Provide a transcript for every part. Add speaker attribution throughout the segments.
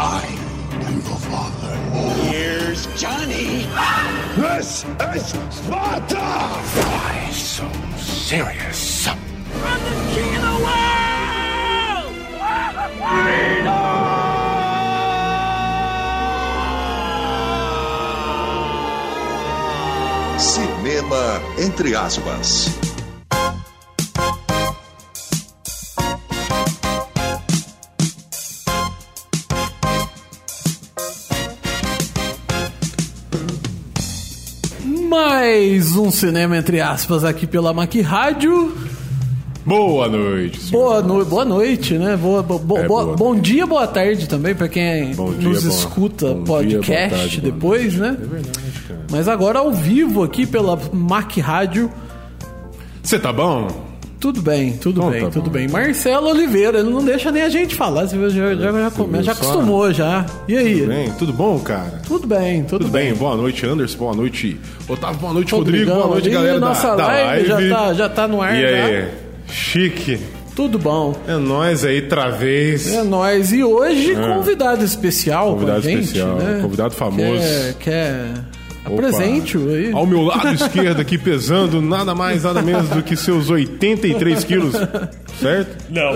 Speaker 1: I am the father. Here's Johnny. This is Sparta. Why so serious?
Speaker 2: I'm the king of the world!
Speaker 3: Cinema entre aspas.
Speaker 4: Mais um cinema entre aspas aqui pela Mac Rádio.
Speaker 5: Boa noite.
Speaker 4: Boa,
Speaker 5: senhor.
Speaker 4: no- boa noite, né? Boa, bo- bo-
Speaker 5: É,
Speaker 4: boa-
Speaker 5: boa
Speaker 4: bom dia, boa tarde também pra quem
Speaker 5: Bom dia,
Speaker 4: nos
Speaker 5: boa-
Speaker 4: escuta
Speaker 5: bom dia,
Speaker 4: podcast
Speaker 5: boa tarde, boa
Speaker 4: depois, né?
Speaker 5: É verdade, cara.
Speaker 4: Mas agora ao vivo aqui pela Mac Rádio.
Speaker 5: Você tá bom?
Speaker 4: Tudo bem, tudo
Speaker 5: Então
Speaker 4: bem,
Speaker 5: tá
Speaker 4: tudo
Speaker 5: bom.
Speaker 4: bem. Marcelo Oliveira, ele não deixa nem a gente falar, você viu, já, já, já,
Speaker 5: Você
Speaker 4: come-
Speaker 5: viu
Speaker 4: já
Speaker 5: só?
Speaker 4: acostumou já. E aí?
Speaker 5: Tudo bem? Tudo bom, cara?
Speaker 4: Tudo bem, tudo,
Speaker 5: Tudo
Speaker 4: bem.
Speaker 5: bem? Boa noite, Anderson. Boa noite, Otávio. Boa noite, Rodrigo. Boa noite,
Speaker 4: E
Speaker 5: galera da-
Speaker 4: nossa
Speaker 5: da,
Speaker 4: live,
Speaker 5: live.
Speaker 4: Já, tá, já tá no ar
Speaker 5: E
Speaker 4: já.
Speaker 5: aí? Chique.
Speaker 4: Tudo bom.
Speaker 5: É nóis aí, travês.
Speaker 4: É nóis. E hoje, convidado especial
Speaker 5: Ah. Convidado
Speaker 4: com a gente,
Speaker 5: especial,
Speaker 4: né?
Speaker 5: convidado famoso.
Speaker 4: Quer, quer...
Speaker 5: Opa.
Speaker 4: apresente-o aí.
Speaker 5: Ao meu lado esquerdo aqui, pesando nada mais, nada menos do que seus 83 quilos. Certo?
Speaker 6: Não.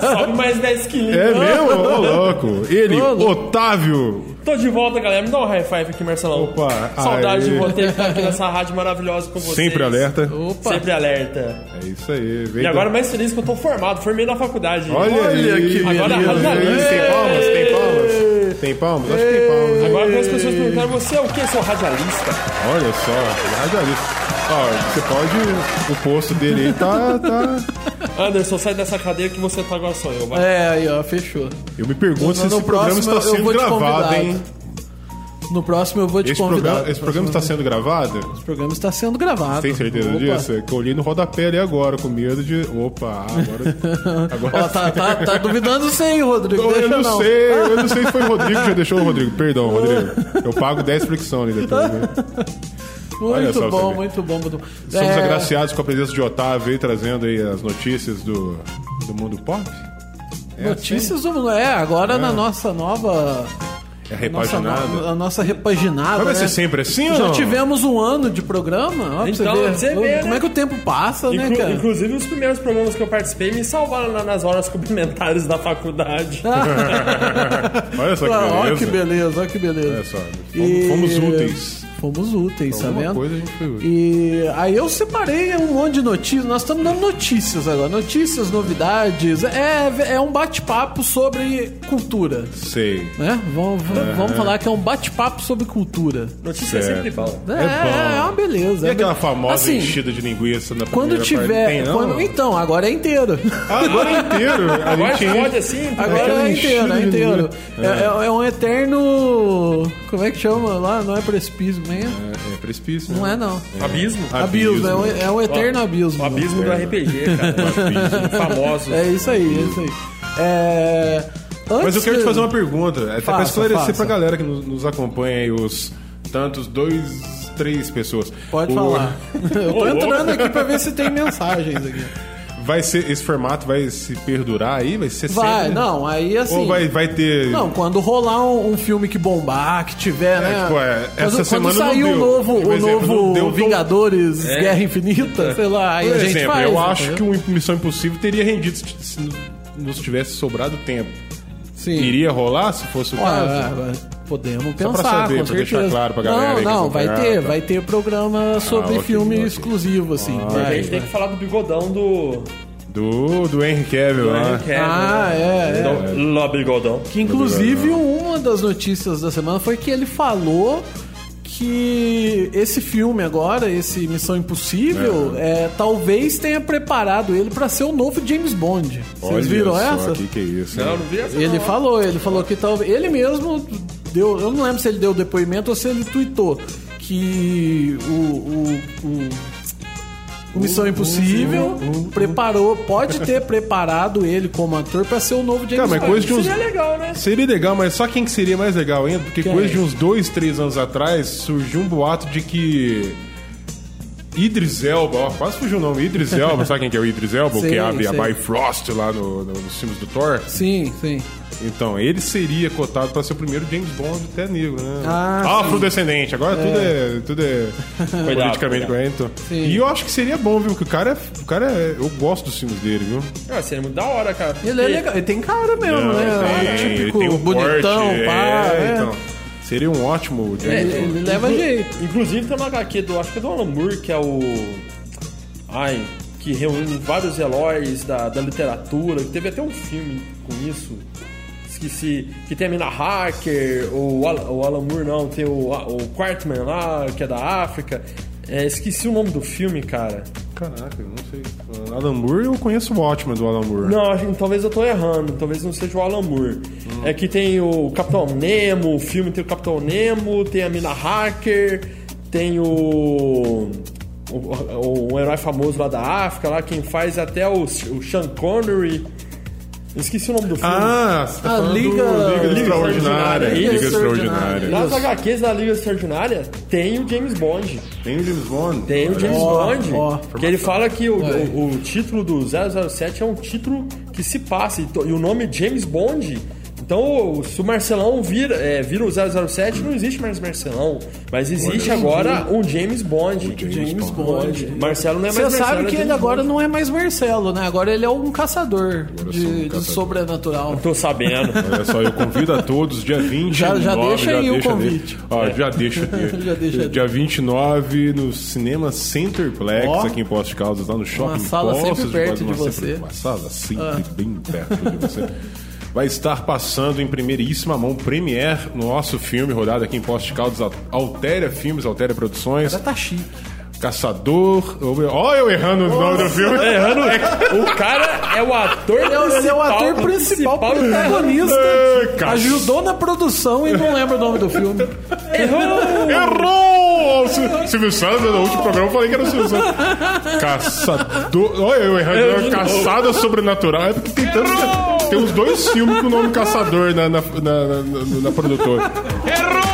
Speaker 6: Sobe mais 10 quilos.
Speaker 5: É mesmo? Ô, louco. Ele,
Speaker 4: Ô, louco.
Speaker 5: Otávio.
Speaker 6: Tô de volta, galera. Me dá um high five aqui, Marcelão.
Speaker 5: Opa,
Speaker 6: Saudade
Speaker 5: aê.
Speaker 6: de você estar aqui nessa rádio maravilhosa com vocês.
Speaker 5: Sempre alerta.
Speaker 4: Opa,
Speaker 6: Sempre alerta.
Speaker 5: É isso aí. Vem
Speaker 6: E
Speaker 5: da-
Speaker 6: agora mais feliz que eu tô formado. Formei na faculdade.
Speaker 5: Olha,
Speaker 4: Olha
Speaker 5: aí.
Speaker 4: que
Speaker 6: Agora é
Speaker 4: beleza.
Speaker 6: arrasa
Speaker 5: Tem
Speaker 6: isso.
Speaker 5: palmas? Tem palmas? Tem palmas? Acho que tem palmas.
Speaker 6: Agora que as pessoas perguntaram, você é o quê? Seu radialista?
Speaker 5: Olha só, ele é radialista. Ó, você pode. O posto dele aí tá. tá...
Speaker 6: Anderson, sai dessa cadeira que você tá igual sou eu. vai.
Speaker 4: é aí, ó, fechou.
Speaker 5: Eu me pergunto se
Speaker 4: No
Speaker 5: esse programa
Speaker 4: próximo
Speaker 5: está
Speaker 4: eu- eu
Speaker 5: sendo
Speaker 4: vou te
Speaker 5: gravado,
Speaker 4: convidar.
Speaker 5: hein?
Speaker 4: No próximo eu vou te
Speaker 5: Esse
Speaker 4: convidar.
Speaker 5: programa, esse programa está sendo gravado?
Speaker 4: Esse programa está sendo gravado.
Speaker 5: Tem certeza
Speaker 4: Opa.
Speaker 5: disso? É que eu olhei no rodapé ali agora, com medo de. Opa, agora. agora
Speaker 4: Ó, tá, tá, tá duvidando sem, Rodrigo.
Speaker 5: Eu
Speaker 4: Deixa
Speaker 5: não,
Speaker 4: não.
Speaker 5: sei, eu não sei se foi o Rodrigo que já deixou o Rodrigo. Perdão, Rodrigo. Eu pago 10 flexões ali depois. Né? Olha
Speaker 4: Muito,
Speaker 5: só pra você
Speaker 4: bom,
Speaker 5: ver.
Speaker 4: muito bom, muito bom.
Speaker 5: Somos
Speaker 4: É,
Speaker 5: agraciados com a presença de Otávio aí, trazendo aí as notícias do, do mundo pop. É
Speaker 4: Notícias do mundo. É, agora
Speaker 5: Ah.
Speaker 4: na nossa nova.
Speaker 5: assim? É
Speaker 4: Nossa,
Speaker 5: repaginado.
Speaker 4: no- a nossa repaginada.
Speaker 5: Mas vai
Speaker 4: né?
Speaker 5: ser sempre assim ou
Speaker 4: Já
Speaker 5: não?
Speaker 4: tivemos um ano de programa. Ó, pra
Speaker 6: Então, pra
Speaker 4: você
Speaker 6: você
Speaker 4: ver.
Speaker 6: ver,
Speaker 4: Como
Speaker 6: né?
Speaker 4: é que o tempo passa, né,
Speaker 6: Inclu-
Speaker 4: cara?
Speaker 6: Inclusive, os primeiros programas que eu participei me salvaram lá nas horas cumprimentares da faculdade.
Speaker 5: Olha só que
Speaker 4: Ah,
Speaker 5: beleza.
Speaker 4: Olha que beleza, olha que beleza.
Speaker 5: Olha só, fomos,
Speaker 4: E-
Speaker 5: fomos úteis.
Speaker 4: Fomos úteis, tá
Speaker 5: Alguma
Speaker 4: vendo?
Speaker 5: coisa a gente foi útil.
Speaker 4: E aí eu separei um monte de notícias. Nós estamos dando notícias agora. Notícias, novidades. É, é um bate-papo sobre cultura.
Speaker 5: Sei.
Speaker 4: Né? Vamos, v- vamos falar que é um bate-papo sobre cultura.
Speaker 6: Notícia é
Speaker 5: Certo.
Speaker 6: sempre bom.
Speaker 4: É,
Speaker 5: bom.
Speaker 4: é uma beleza.
Speaker 5: E
Speaker 4: é
Speaker 5: aquela
Speaker 4: be-
Speaker 5: famosa
Speaker 4: Assim,
Speaker 5: enchida de linguiça na primeira
Speaker 4: Quando tiver.
Speaker 5: parte? Tem, não?
Speaker 4: quando- então, agora é inteiro.
Speaker 5: Ah, agora é inteiro. A
Speaker 6: Agora
Speaker 5: gente
Speaker 6: pode assim?
Speaker 4: Agora
Speaker 5: Aquela
Speaker 4: é inteiro,
Speaker 5: enchida
Speaker 4: é
Speaker 5: de
Speaker 4: inteiro.
Speaker 5: linguiça.
Speaker 4: É, é- é um eterno. Como é que chama lá? Não é precipício, nem é.
Speaker 5: É, é precipício.
Speaker 4: Não
Speaker 5: né?
Speaker 4: é, não.
Speaker 6: Abismo?
Speaker 4: Abismo, é um, é um eterno abismo.
Speaker 6: O abismo do RPG, cara. Famoso.
Speaker 4: É isso aí, é isso aí. É, antes
Speaker 5: Mas eu quero te
Speaker 4: de-
Speaker 5: fazer uma pergunta, até pra
Speaker 4: Faça,
Speaker 5: esclarecer
Speaker 4: faça.
Speaker 5: pra galera que nos, nos acompanha aí, os tantos, dois, três pessoas.
Speaker 4: Pode
Speaker 5: O-
Speaker 4: falar. Eu tô entrando aqui pra ver se tem mensagens aqui.
Speaker 5: Vai ser, esse formato vai se perdurar aí? Vai ser
Speaker 4: Vai,
Speaker 5: sempre? né?
Speaker 4: não, aí assim.
Speaker 5: Ou vai, vai ter...
Speaker 4: Não, quando rolar um, um filme que bombar, que tiver, né?
Speaker 5: tipo, é,
Speaker 4: quando,
Speaker 5: essa
Speaker 4: quando
Speaker 5: semana não
Speaker 4: sair
Speaker 5: deu. Tipo,
Speaker 4: o novo,
Speaker 5: Por
Speaker 4: o
Speaker 5: exemplo, não deu
Speaker 4: novo
Speaker 5: tão- É.
Speaker 4: Vingadores Guerra Infinita, sei lá, aí
Speaker 5: Por
Speaker 4: a gente
Speaker 5: exemplo,
Speaker 4: faz.
Speaker 5: eu
Speaker 4: né?
Speaker 5: acho que um o Missão Impossível teria rendido se, se nos tivesse sobrado tempo.
Speaker 4: Sim.
Speaker 5: Iria rolar se fosse o caso?
Speaker 4: Ah, ah, Podemos
Speaker 5: Só pra
Speaker 4: pensar,
Speaker 5: saber,
Speaker 4: com certeza.
Speaker 5: pra deixar claro pra galera aí que
Speaker 4: não, não, vai
Speaker 5: acompanha,
Speaker 4: ter,
Speaker 5: tá.
Speaker 4: vai ter programa sobre
Speaker 5: ok,
Speaker 4: filme
Speaker 5: ok. Ah,
Speaker 4: exclusivo, assim.
Speaker 6: A
Speaker 4: vai,
Speaker 6: gente tem que falar do bigodão do.
Speaker 5: Do, do Henry Cavill,
Speaker 6: do
Speaker 5: né?
Speaker 6: Henry Cavill,
Speaker 4: Ah,
Speaker 6: né?
Speaker 4: é, é.
Speaker 5: um
Speaker 6: Do Lá bigodão.
Speaker 4: Que inclusive uma das notícias da semana foi que ele falou que esse filme agora, esse Missão Impossível, é, talvez tenha preparado ele pra ser o novo James Bond. Vocês
Speaker 5: Olha
Speaker 4: viram
Speaker 5: só,
Speaker 4: essa?
Speaker 5: que que é isso?
Speaker 6: Não,
Speaker 5: né?
Speaker 6: não vi essa.
Speaker 4: Ele falou, ele falou que talvez ele mesmo deu, eu não lembro se ele deu depoimento ou se ele tweetou que o, o- o- o Missão Impossível preparou, pode ter preparado ele como ator pra ser o novo James
Speaker 5: Cara, Tá, mas
Speaker 4: Bond. é
Speaker 5: coisa de uns...
Speaker 6: Seria legal, né?
Speaker 5: Seria legal, mas só quem que seria mais legal ainda? Porque
Speaker 4: Quem?
Speaker 5: coisa de uns dois, três anos atrás, surgiu um boato de que Idris Elba, ó, quase fugiu o nome. Idris Elba, sabe quem que é o Idris Elba? O
Speaker 4: Sei,
Speaker 5: que abre
Speaker 4: sei.
Speaker 5: a Bifrost lá no, no- nos filmes do Thor.
Speaker 4: Sim, sim.
Speaker 5: Então, ele seria cotado para ser o primeiro James Bond até negro, né?
Speaker 4: Ah,
Speaker 5: Afrodescendente. Agora tudo é, tudo é
Speaker 6: Cuidado,
Speaker 5: politicamente
Speaker 6: cuidado.
Speaker 5: correto.
Speaker 4: Sim.
Speaker 5: E eu acho que seria bom, viu? Que o cara, é- o cara é, eu gosto dos filmes dele, viu?
Speaker 6: Ah, seria muito da hora, cara.
Speaker 4: Ele é
Speaker 6: Porque-
Speaker 4: legal. Ele tem cara mesmo,
Speaker 5: Não,
Speaker 4: né?
Speaker 5: ele
Speaker 4: Ah,
Speaker 5: tem-
Speaker 4: Típico,
Speaker 5: ele tem um
Speaker 4: bonitão,
Speaker 5: porte,
Speaker 4: pá.
Speaker 5: é,
Speaker 4: né?
Speaker 5: então. Seria um ótimo James
Speaker 4: Ele,
Speaker 5: Bond.
Speaker 4: ele leva jeito.
Speaker 6: Inclusive tem uma HQ do, acho que é do Alan Moore, que é o. Ai, que reúne vários heróis da, da literatura. Teve até um filme com isso. Esqueci. Que tem a Mina Hacker, o, Al- o Alan Moore não, tem o, o Quartman lá, que é da África. É, esqueci o nome do filme, cara.
Speaker 5: Caraca, eu não sei. Alan Moore, eu conheço o Watchmen do Alan Moore.
Speaker 6: Não, acho- talvez eu tô errando, talvez não seja o Alan Moore. É que tem o Capitão Nemo, o filme tem o Capitão Nemo, tem a Mina Hacker, tem o. o- o- um herói famoso lá da África, lá quem faz é até o, o Sean Connery. Eu esqueci o nome do filme.
Speaker 5: Ah, você
Speaker 4: A
Speaker 5: tá falando
Speaker 4: Liga-
Speaker 5: do Liga,
Speaker 6: Liga
Speaker 5: Extraordinária.
Speaker 6: Extraordinária.
Speaker 5: Liga
Speaker 6: Isso.
Speaker 5: Extraordinária.
Speaker 6: Nas
Speaker 4: isso.
Speaker 6: HQs da Liga Extraordinária tem o James Bond.
Speaker 5: Tem o James Bond?
Speaker 6: Tem o James
Speaker 4: Ó,
Speaker 6: Bond.
Speaker 4: ó.
Speaker 6: que ele fala que o,
Speaker 4: Olha aí.
Speaker 6: o, o título do 007 é um título que se passa. E, to- e o nome é James Bond. Então, o- se o Marcelão vira, é, vira o 007, não existe mais Marcelão. Mas existe agora um James Bond.
Speaker 4: James Bond.
Speaker 6: Marcelo não é mais
Speaker 4: Você
Speaker 6: Marcelo,
Speaker 4: sabe
Speaker 6: é
Speaker 4: que
Speaker 6: James
Speaker 4: ele agora
Speaker 6: Bond.
Speaker 4: não é mais Marcelo, né? Agora ele é um caçador
Speaker 5: eu
Speaker 4: de,
Speaker 5: sou um
Speaker 4: de
Speaker 5: caçador.
Speaker 4: sobrenatural. Então,
Speaker 6: Tô sabendo.
Speaker 5: Olha só, eu convido a todos, dia 20.
Speaker 4: Já- já deixa aí o convite. É.
Speaker 5: Ó, já deixa aqui.
Speaker 4: Já deixa.
Speaker 5: Dia 29, no cinema Centerplex,
Speaker 4: Ó.
Speaker 5: aqui em Poços de Caldas, lá no shopping.
Speaker 4: sala sempre
Speaker 5: Poços
Speaker 4: perto
Speaker 5: Caldas,
Speaker 4: de
Speaker 5: uma
Speaker 4: você. Ah.
Speaker 5: sempre- Uma sala sempre bem perto de você. Vai estar passando em primeiríssima mão Premiere, nosso filme rodado aqui em Poços de Caldas, Altéria Filmes, Altéria Produções.
Speaker 4: Já tá chique.
Speaker 5: Caçador. Olha eu errando o nome do filme.
Speaker 6: É,
Speaker 5: É,
Speaker 6: Errando, o cara é o ator
Speaker 4: Ele é, o- ele é o ator principal, protagonista.
Speaker 5: É, cara.
Speaker 4: ajudou na produção e não lembra o nome do filme.
Speaker 6: Errou!
Speaker 5: Errou! Sil- Silvio Santos, no último programa eu falei que era o Silvio Santos. Caçador. Olha, eu errei. né? Caçada sobrenatural. É porque tem tantos. Tem uns dois filmes com o nome Caçador na, na, na, na- na produtora. Errou!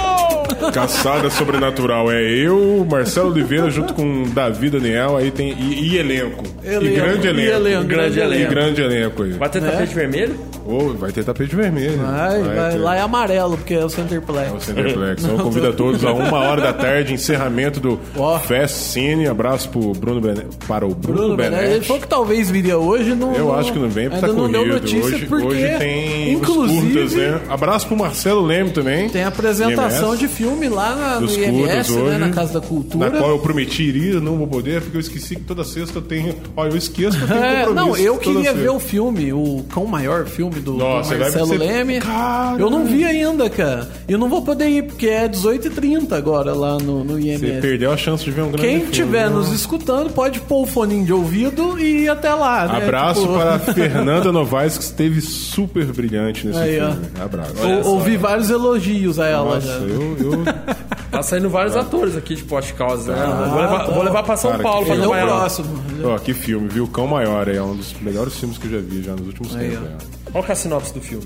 Speaker 5: Caçada sobrenatural. É eu, Marcelo Oliveira, junto com Davi Daniel. Aí tem. E, e elenco. E
Speaker 4: Elenco.
Speaker 5: grande
Speaker 4: E
Speaker 5: elenco.
Speaker 4: elenco,
Speaker 6: grande
Speaker 5: E
Speaker 6: elenco.
Speaker 5: grande elenco aí.
Speaker 6: Vai ter
Speaker 4: É?
Speaker 6: tapete vermelho?
Speaker 5: Ô, vai ter tapete vermelho.
Speaker 4: Vai, vai.
Speaker 5: ter.
Speaker 4: Lá é amarelo, porque é o Centerplex.
Speaker 5: É o Cineplex. Então, convido a todos a uma hora da tarde, encerramento do
Speaker 4: Ó.
Speaker 5: Fest Cine. Abraço pro Bruno Bene... para o Bruno,
Speaker 4: Bruno Benetti. né? Ele
Speaker 5: Benetti.
Speaker 4: falou que talvez viria hoje. Não,
Speaker 5: Eu acho que não vem, porque
Speaker 4: ainda
Speaker 5: tá
Speaker 4: não
Speaker 5: corrido.
Speaker 4: deu notícia,
Speaker 5: hoje,
Speaker 4: porque
Speaker 5: hoje tem os
Speaker 4: inclusive,
Speaker 5: curtas, né? Abraço pro Marcelo Leme também.
Speaker 4: tem apresentação
Speaker 5: IMS,
Speaker 4: de filme lá na- no
Speaker 5: dos curtas
Speaker 4: IMS,
Speaker 5: hoje,
Speaker 4: né, na Casa da Cultura.
Speaker 5: Na qual eu prometi iria, não vou poder, porque eu esqueci que toda sexta eu tenho... Olha, eu esqueço que eu tenho
Speaker 4: É,
Speaker 5: compromisso.
Speaker 4: não, eu
Speaker 5: toda
Speaker 4: queria
Speaker 5: sexta.
Speaker 4: ver o filme, o cão maior filme do, do
Speaker 5: Nossa, vai
Speaker 4: Marcelo
Speaker 5: ser- né?
Speaker 4: Leme.
Speaker 5: Cara.
Speaker 4: Eu não vi ainda, cara. E eu não vou poder ir, porque é 18h30 agora lá no, no
Speaker 5: Você
Speaker 4: IMS.
Speaker 5: perdeu a chance de ver um grande
Speaker 4: Quem
Speaker 5: filme.
Speaker 4: estiver nos escutando pode pôr o fone de ouvido e ir até lá. né?
Speaker 5: Abraço
Speaker 4: Tipo,
Speaker 5: para a Fernanda Novaes, que esteve super brilhante nesse
Speaker 4: Aí, ó.
Speaker 5: filme. Abraço.
Speaker 4: ou- Ouvi vários elogios a ela
Speaker 5: Nossa,
Speaker 4: já.
Speaker 5: eu, eu-
Speaker 6: Tá saindo vários
Speaker 4: É.
Speaker 6: atores aqui de Poste Causa. né?
Speaker 4: Ah,
Speaker 6: vou, levar, vou levar pra São
Speaker 5: Cara,
Speaker 6: Paulo
Speaker 5: que
Speaker 6: pra
Speaker 4: tá. Ele é o
Speaker 5: filme.
Speaker 6: acompanhar.
Speaker 4: próximo.
Speaker 5: Ó, que filme, viu? Cão Maior aí, é um dos melhores filmes que eu já vi já nos últimos
Speaker 4: Aí,
Speaker 5: tempos.
Speaker 4: ó.
Speaker 5: né?
Speaker 6: Olha o a sinopse do filme.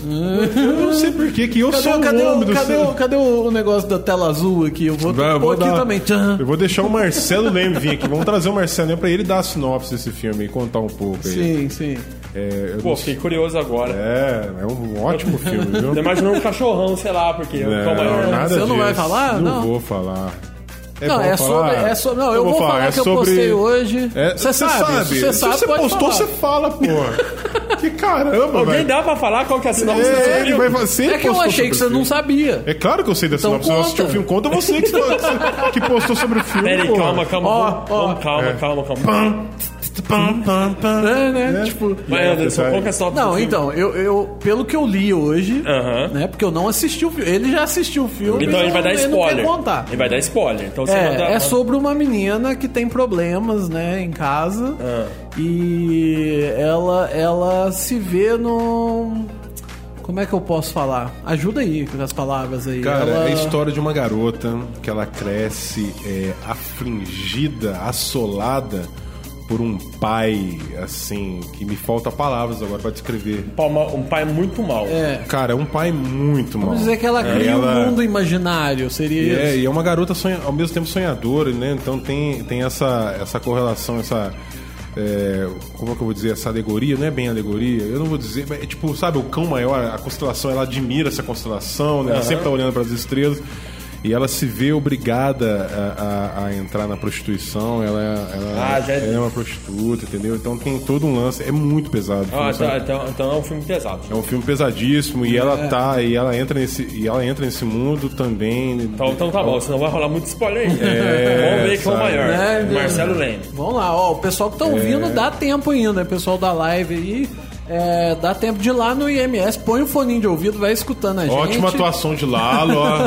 Speaker 5: Eu não sei por que que eu
Speaker 4: Cadê,
Speaker 5: sou
Speaker 4: o- cadê,
Speaker 5: o
Speaker 4: o-
Speaker 5: homem do
Speaker 4: cadê,
Speaker 5: cinema.
Speaker 4: o- cadê o negócio da tela azul aqui? Eu vou,
Speaker 5: Vai,
Speaker 4: pôr
Speaker 5: eu vou
Speaker 4: aqui
Speaker 5: dar-
Speaker 4: também. Tchan.
Speaker 5: Eu vou deixar o Marcelo Leme vir aqui. Vamos trazer o Marcelo Leme pra ele dar a sinopse desse filme e contar um pouco aí.
Speaker 4: Sim, sim.
Speaker 5: É, eu
Speaker 6: Pô,
Speaker 5: não
Speaker 6: fiquei curioso agora.
Speaker 5: É, é um ótimo filme, viu?
Speaker 6: Tô imaginando um cachorrão, sei lá, porque o cão maior.
Speaker 5: É, nada
Speaker 4: Você não
Speaker 5: disso.
Speaker 4: vai falar?
Speaker 5: Não,
Speaker 4: Não.
Speaker 5: vou falar.
Speaker 4: não,
Speaker 5: bom
Speaker 4: é sobre,
Speaker 5: falar?
Speaker 4: é sobre. Não, eu vou falar,
Speaker 5: é
Speaker 4: que eu
Speaker 5: sobre-
Speaker 4: postei hoje.
Speaker 5: É,
Speaker 4: Você sabe, você
Speaker 5: Se
Speaker 4: sabe,
Speaker 5: você
Speaker 4: pode
Speaker 5: postou,
Speaker 4: falar.
Speaker 5: você fala, pô. que caramba,
Speaker 6: Alguém
Speaker 5: velho.
Speaker 6: dá pra falar qual que é a sinopse do
Speaker 5: É, ele
Speaker 6: filme?
Speaker 5: vai você
Speaker 4: É que eu
Speaker 5: postou
Speaker 4: achei que
Speaker 5: sobre
Speaker 4: você
Speaker 5: o
Speaker 4: não
Speaker 5: filme.
Speaker 4: sabia.
Speaker 5: É claro que eu sei da
Speaker 4: Então
Speaker 5: sinopse. Se eu
Speaker 4: conta.
Speaker 5: assistiu o filme, conta você que, que postou sobre o filme.
Speaker 6: Pera aí,
Speaker 5: pô. É.
Speaker 6: calma, calma.
Speaker 4: Ó,
Speaker 6: vamos-
Speaker 4: ó.
Speaker 6: vamos, calma, calma, calma.
Speaker 5: Pam, pam, pam, pam.
Speaker 4: É, né? Tipo.
Speaker 6: Vai, Anderson,
Speaker 5: detalhe.
Speaker 6: qual que é a sinopse do
Speaker 4: Não,
Speaker 6: filme?
Speaker 4: então, eu, eu- pelo que eu li hoje,
Speaker 6: Aham.
Speaker 4: né? Porque eu não assisti o filme. Ele já assistiu o filme.
Speaker 6: Ah. Então ele vai dar
Speaker 4: não- Ele
Speaker 6: spoiler.
Speaker 4: não quer contar.
Speaker 6: Ele vai dar spoiler. Então você manda.
Speaker 4: É, é
Speaker 6: manda-
Speaker 4: sobre uma menina que tem problemas, né, em casa.
Speaker 6: Ah.
Speaker 4: E ela, ela se vê num. Como é que eu posso falar? Ajuda aí com as palavras aí.
Speaker 5: Cara,
Speaker 4: ela...
Speaker 5: é a história de uma garota que ela cresce é, afligida, assolada por um pai, assim, que me falta palavras agora pra descrever.
Speaker 6: Pau ma- Um pai muito mal.
Speaker 4: É.
Speaker 5: Cara, é um pai muito mal.
Speaker 4: Vamos dizer que ela
Speaker 5: É,
Speaker 4: cria
Speaker 5: ela-
Speaker 4: um mundo imaginário, seria
Speaker 5: E é,
Speaker 4: isso.
Speaker 5: e é uma garota sonha- ao mesmo tempo sonhadora, né? Então tem, tem essa, essa correlação, essa. é, como é que eu vou dizer? Essa alegoria, não é bem alegoria, eu não vou dizer, mas é tipo, sabe, o cão maior, a constelação, ela admira essa constelação, né? Ela sempre tá olhando para as estrelas. E ela se vê obrigada a, a- a entrar na prostituição, ela, ela,
Speaker 6: Ah, já-
Speaker 5: ela é uma prostituta, entendeu? Então tem todo um lance, é muito pesado. Filme,
Speaker 6: Ah,
Speaker 5: sabe?
Speaker 6: então, então, então é um filme pesado.
Speaker 5: É um filme pesadíssimo e
Speaker 6: É.
Speaker 5: ela tá, e ela entra nesse, e ela entra nesse mundo também.
Speaker 6: Então, então tá bom, senão vai rolar muito spoiler aí.
Speaker 5: É,
Speaker 6: Vamos ver qual é o
Speaker 5: sabe.
Speaker 6: maior.
Speaker 4: Né, né?
Speaker 6: Marcelo Leme.
Speaker 4: Vamos lá, ó, o pessoal
Speaker 5: É.
Speaker 4: que tá ouvindo, dá tempo ainda, pessoal da live aí. é, dá tempo de ir lá no IMS, põe o foninho de ouvido, vai escutando a gente.
Speaker 5: Ótima atuação de Lalo, ó.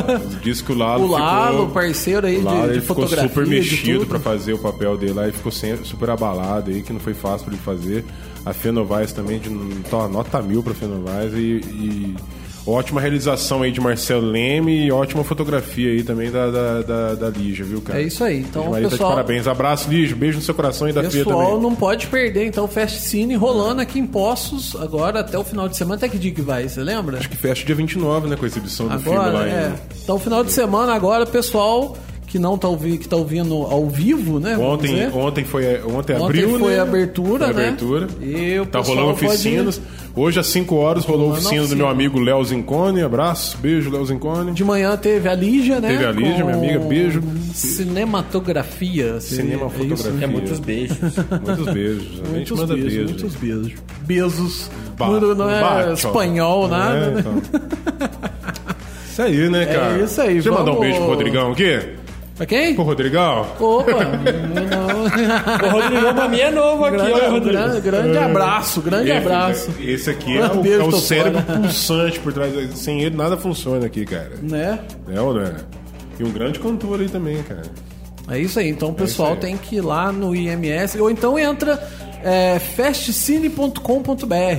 Speaker 5: Diz que o Lalo
Speaker 4: O Lalo,
Speaker 5: ficou...
Speaker 4: parceiro aí de,
Speaker 5: o Lalo,
Speaker 4: de
Speaker 5: ele ficou
Speaker 4: fotografia.
Speaker 5: super
Speaker 4: de
Speaker 5: mexido
Speaker 4: tudo.
Speaker 5: pra fazer o papel dele lá, ele ficou sem- super abalado aí, que não foi fácil pra ele fazer. A Fia Novaes também, de, então, nota mil pra Fia Novaes e, e ótima realização aí de Marcelo Leme e ótima fotografia aí também da, da, da, da Lígia, viu, cara?
Speaker 4: É isso aí, então,
Speaker 5: Lígia Maria tá de
Speaker 4: pessoal-
Speaker 5: parabéns. Abraço, Lígia, beijo no seu coração e da Fia também.
Speaker 4: Pessoal, não pode perder, então, Fast Cine rolando aqui em Poços, agora até o final de semana. Até que dia que vai, você lembra?
Speaker 5: Acho que fecha dia 29, né, com a exibição do filme
Speaker 4: Agora,
Speaker 5: lá
Speaker 4: é.
Speaker 5: em...
Speaker 4: Então, final de semana agora, pessoal que não tá ouvindo, que tá ouvindo ao vivo, né? vamos
Speaker 5: Ontem,
Speaker 4: dizer.
Speaker 5: ontem foi
Speaker 4: Ontem
Speaker 5: ontem, abriu,
Speaker 4: foi
Speaker 5: né?
Speaker 4: a abertura,
Speaker 5: Foi a
Speaker 4: né?
Speaker 5: abertura.
Speaker 4: E o
Speaker 5: tá
Speaker 4: pessoal
Speaker 5: rolando
Speaker 4: pode-
Speaker 5: oficinas. Hoje às 5 horas rolou a
Speaker 4: Rolando
Speaker 5: oficina do meu
Speaker 4: oficina.
Speaker 5: amigo Léo Zincone. Abraço, beijo Léo Zincone.
Speaker 4: De manhã teve a Lígia, né?
Speaker 5: Teve a Lígia,
Speaker 4: Com
Speaker 5: minha amiga, beijo.
Speaker 4: Cinematografia. seria-
Speaker 5: Cinema,
Speaker 4: é isso, né?
Speaker 5: fotografia.
Speaker 6: É muitos beijos.
Speaker 5: Muitos beijos. A gente
Speaker 4: Muitos
Speaker 5: manda
Speaker 4: beijos,
Speaker 5: beijos.
Speaker 4: muitos
Speaker 5: gente.
Speaker 4: beijos. Beijos.
Speaker 5: Ba-
Speaker 4: Não- não é
Speaker 5: ba- tchau.
Speaker 4: espanhol, nada,
Speaker 5: É,
Speaker 4: né? É
Speaker 5: então. Isso aí, né, cara?
Speaker 4: isso aí,
Speaker 5: Deixa eu mandar um
Speaker 4: vamos-
Speaker 5: beijo pro Rodrigão aqui.
Speaker 4: Ok?
Speaker 5: Pro Rodrigão.
Speaker 4: Opa! não-
Speaker 6: o Rodrigão pra mim é novo aqui, olha,
Speaker 4: grande,
Speaker 6: Rodrigo.
Speaker 4: grande, grande abraço, grande
Speaker 5: É. Esse-
Speaker 4: abraço.
Speaker 5: Esse aqui é o,
Speaker 4: Beijo,
Speaker 5: é o
Speaker 4: tô
Speaker 5: cérebro
Speaker 4: fora.
Speaker 5: pulsante por trás. Sem ele nada funciona aqui, cara.
Speaker 4: Né?
Speaker 5: É ou não é? E um grande cantor aí também, cara.
Speaker 4: É isso aí. Então o pessoal
Speaker 5: aí.
Speaker 4: tem que ir lá no IMS ou então entra é, festcine.com.br,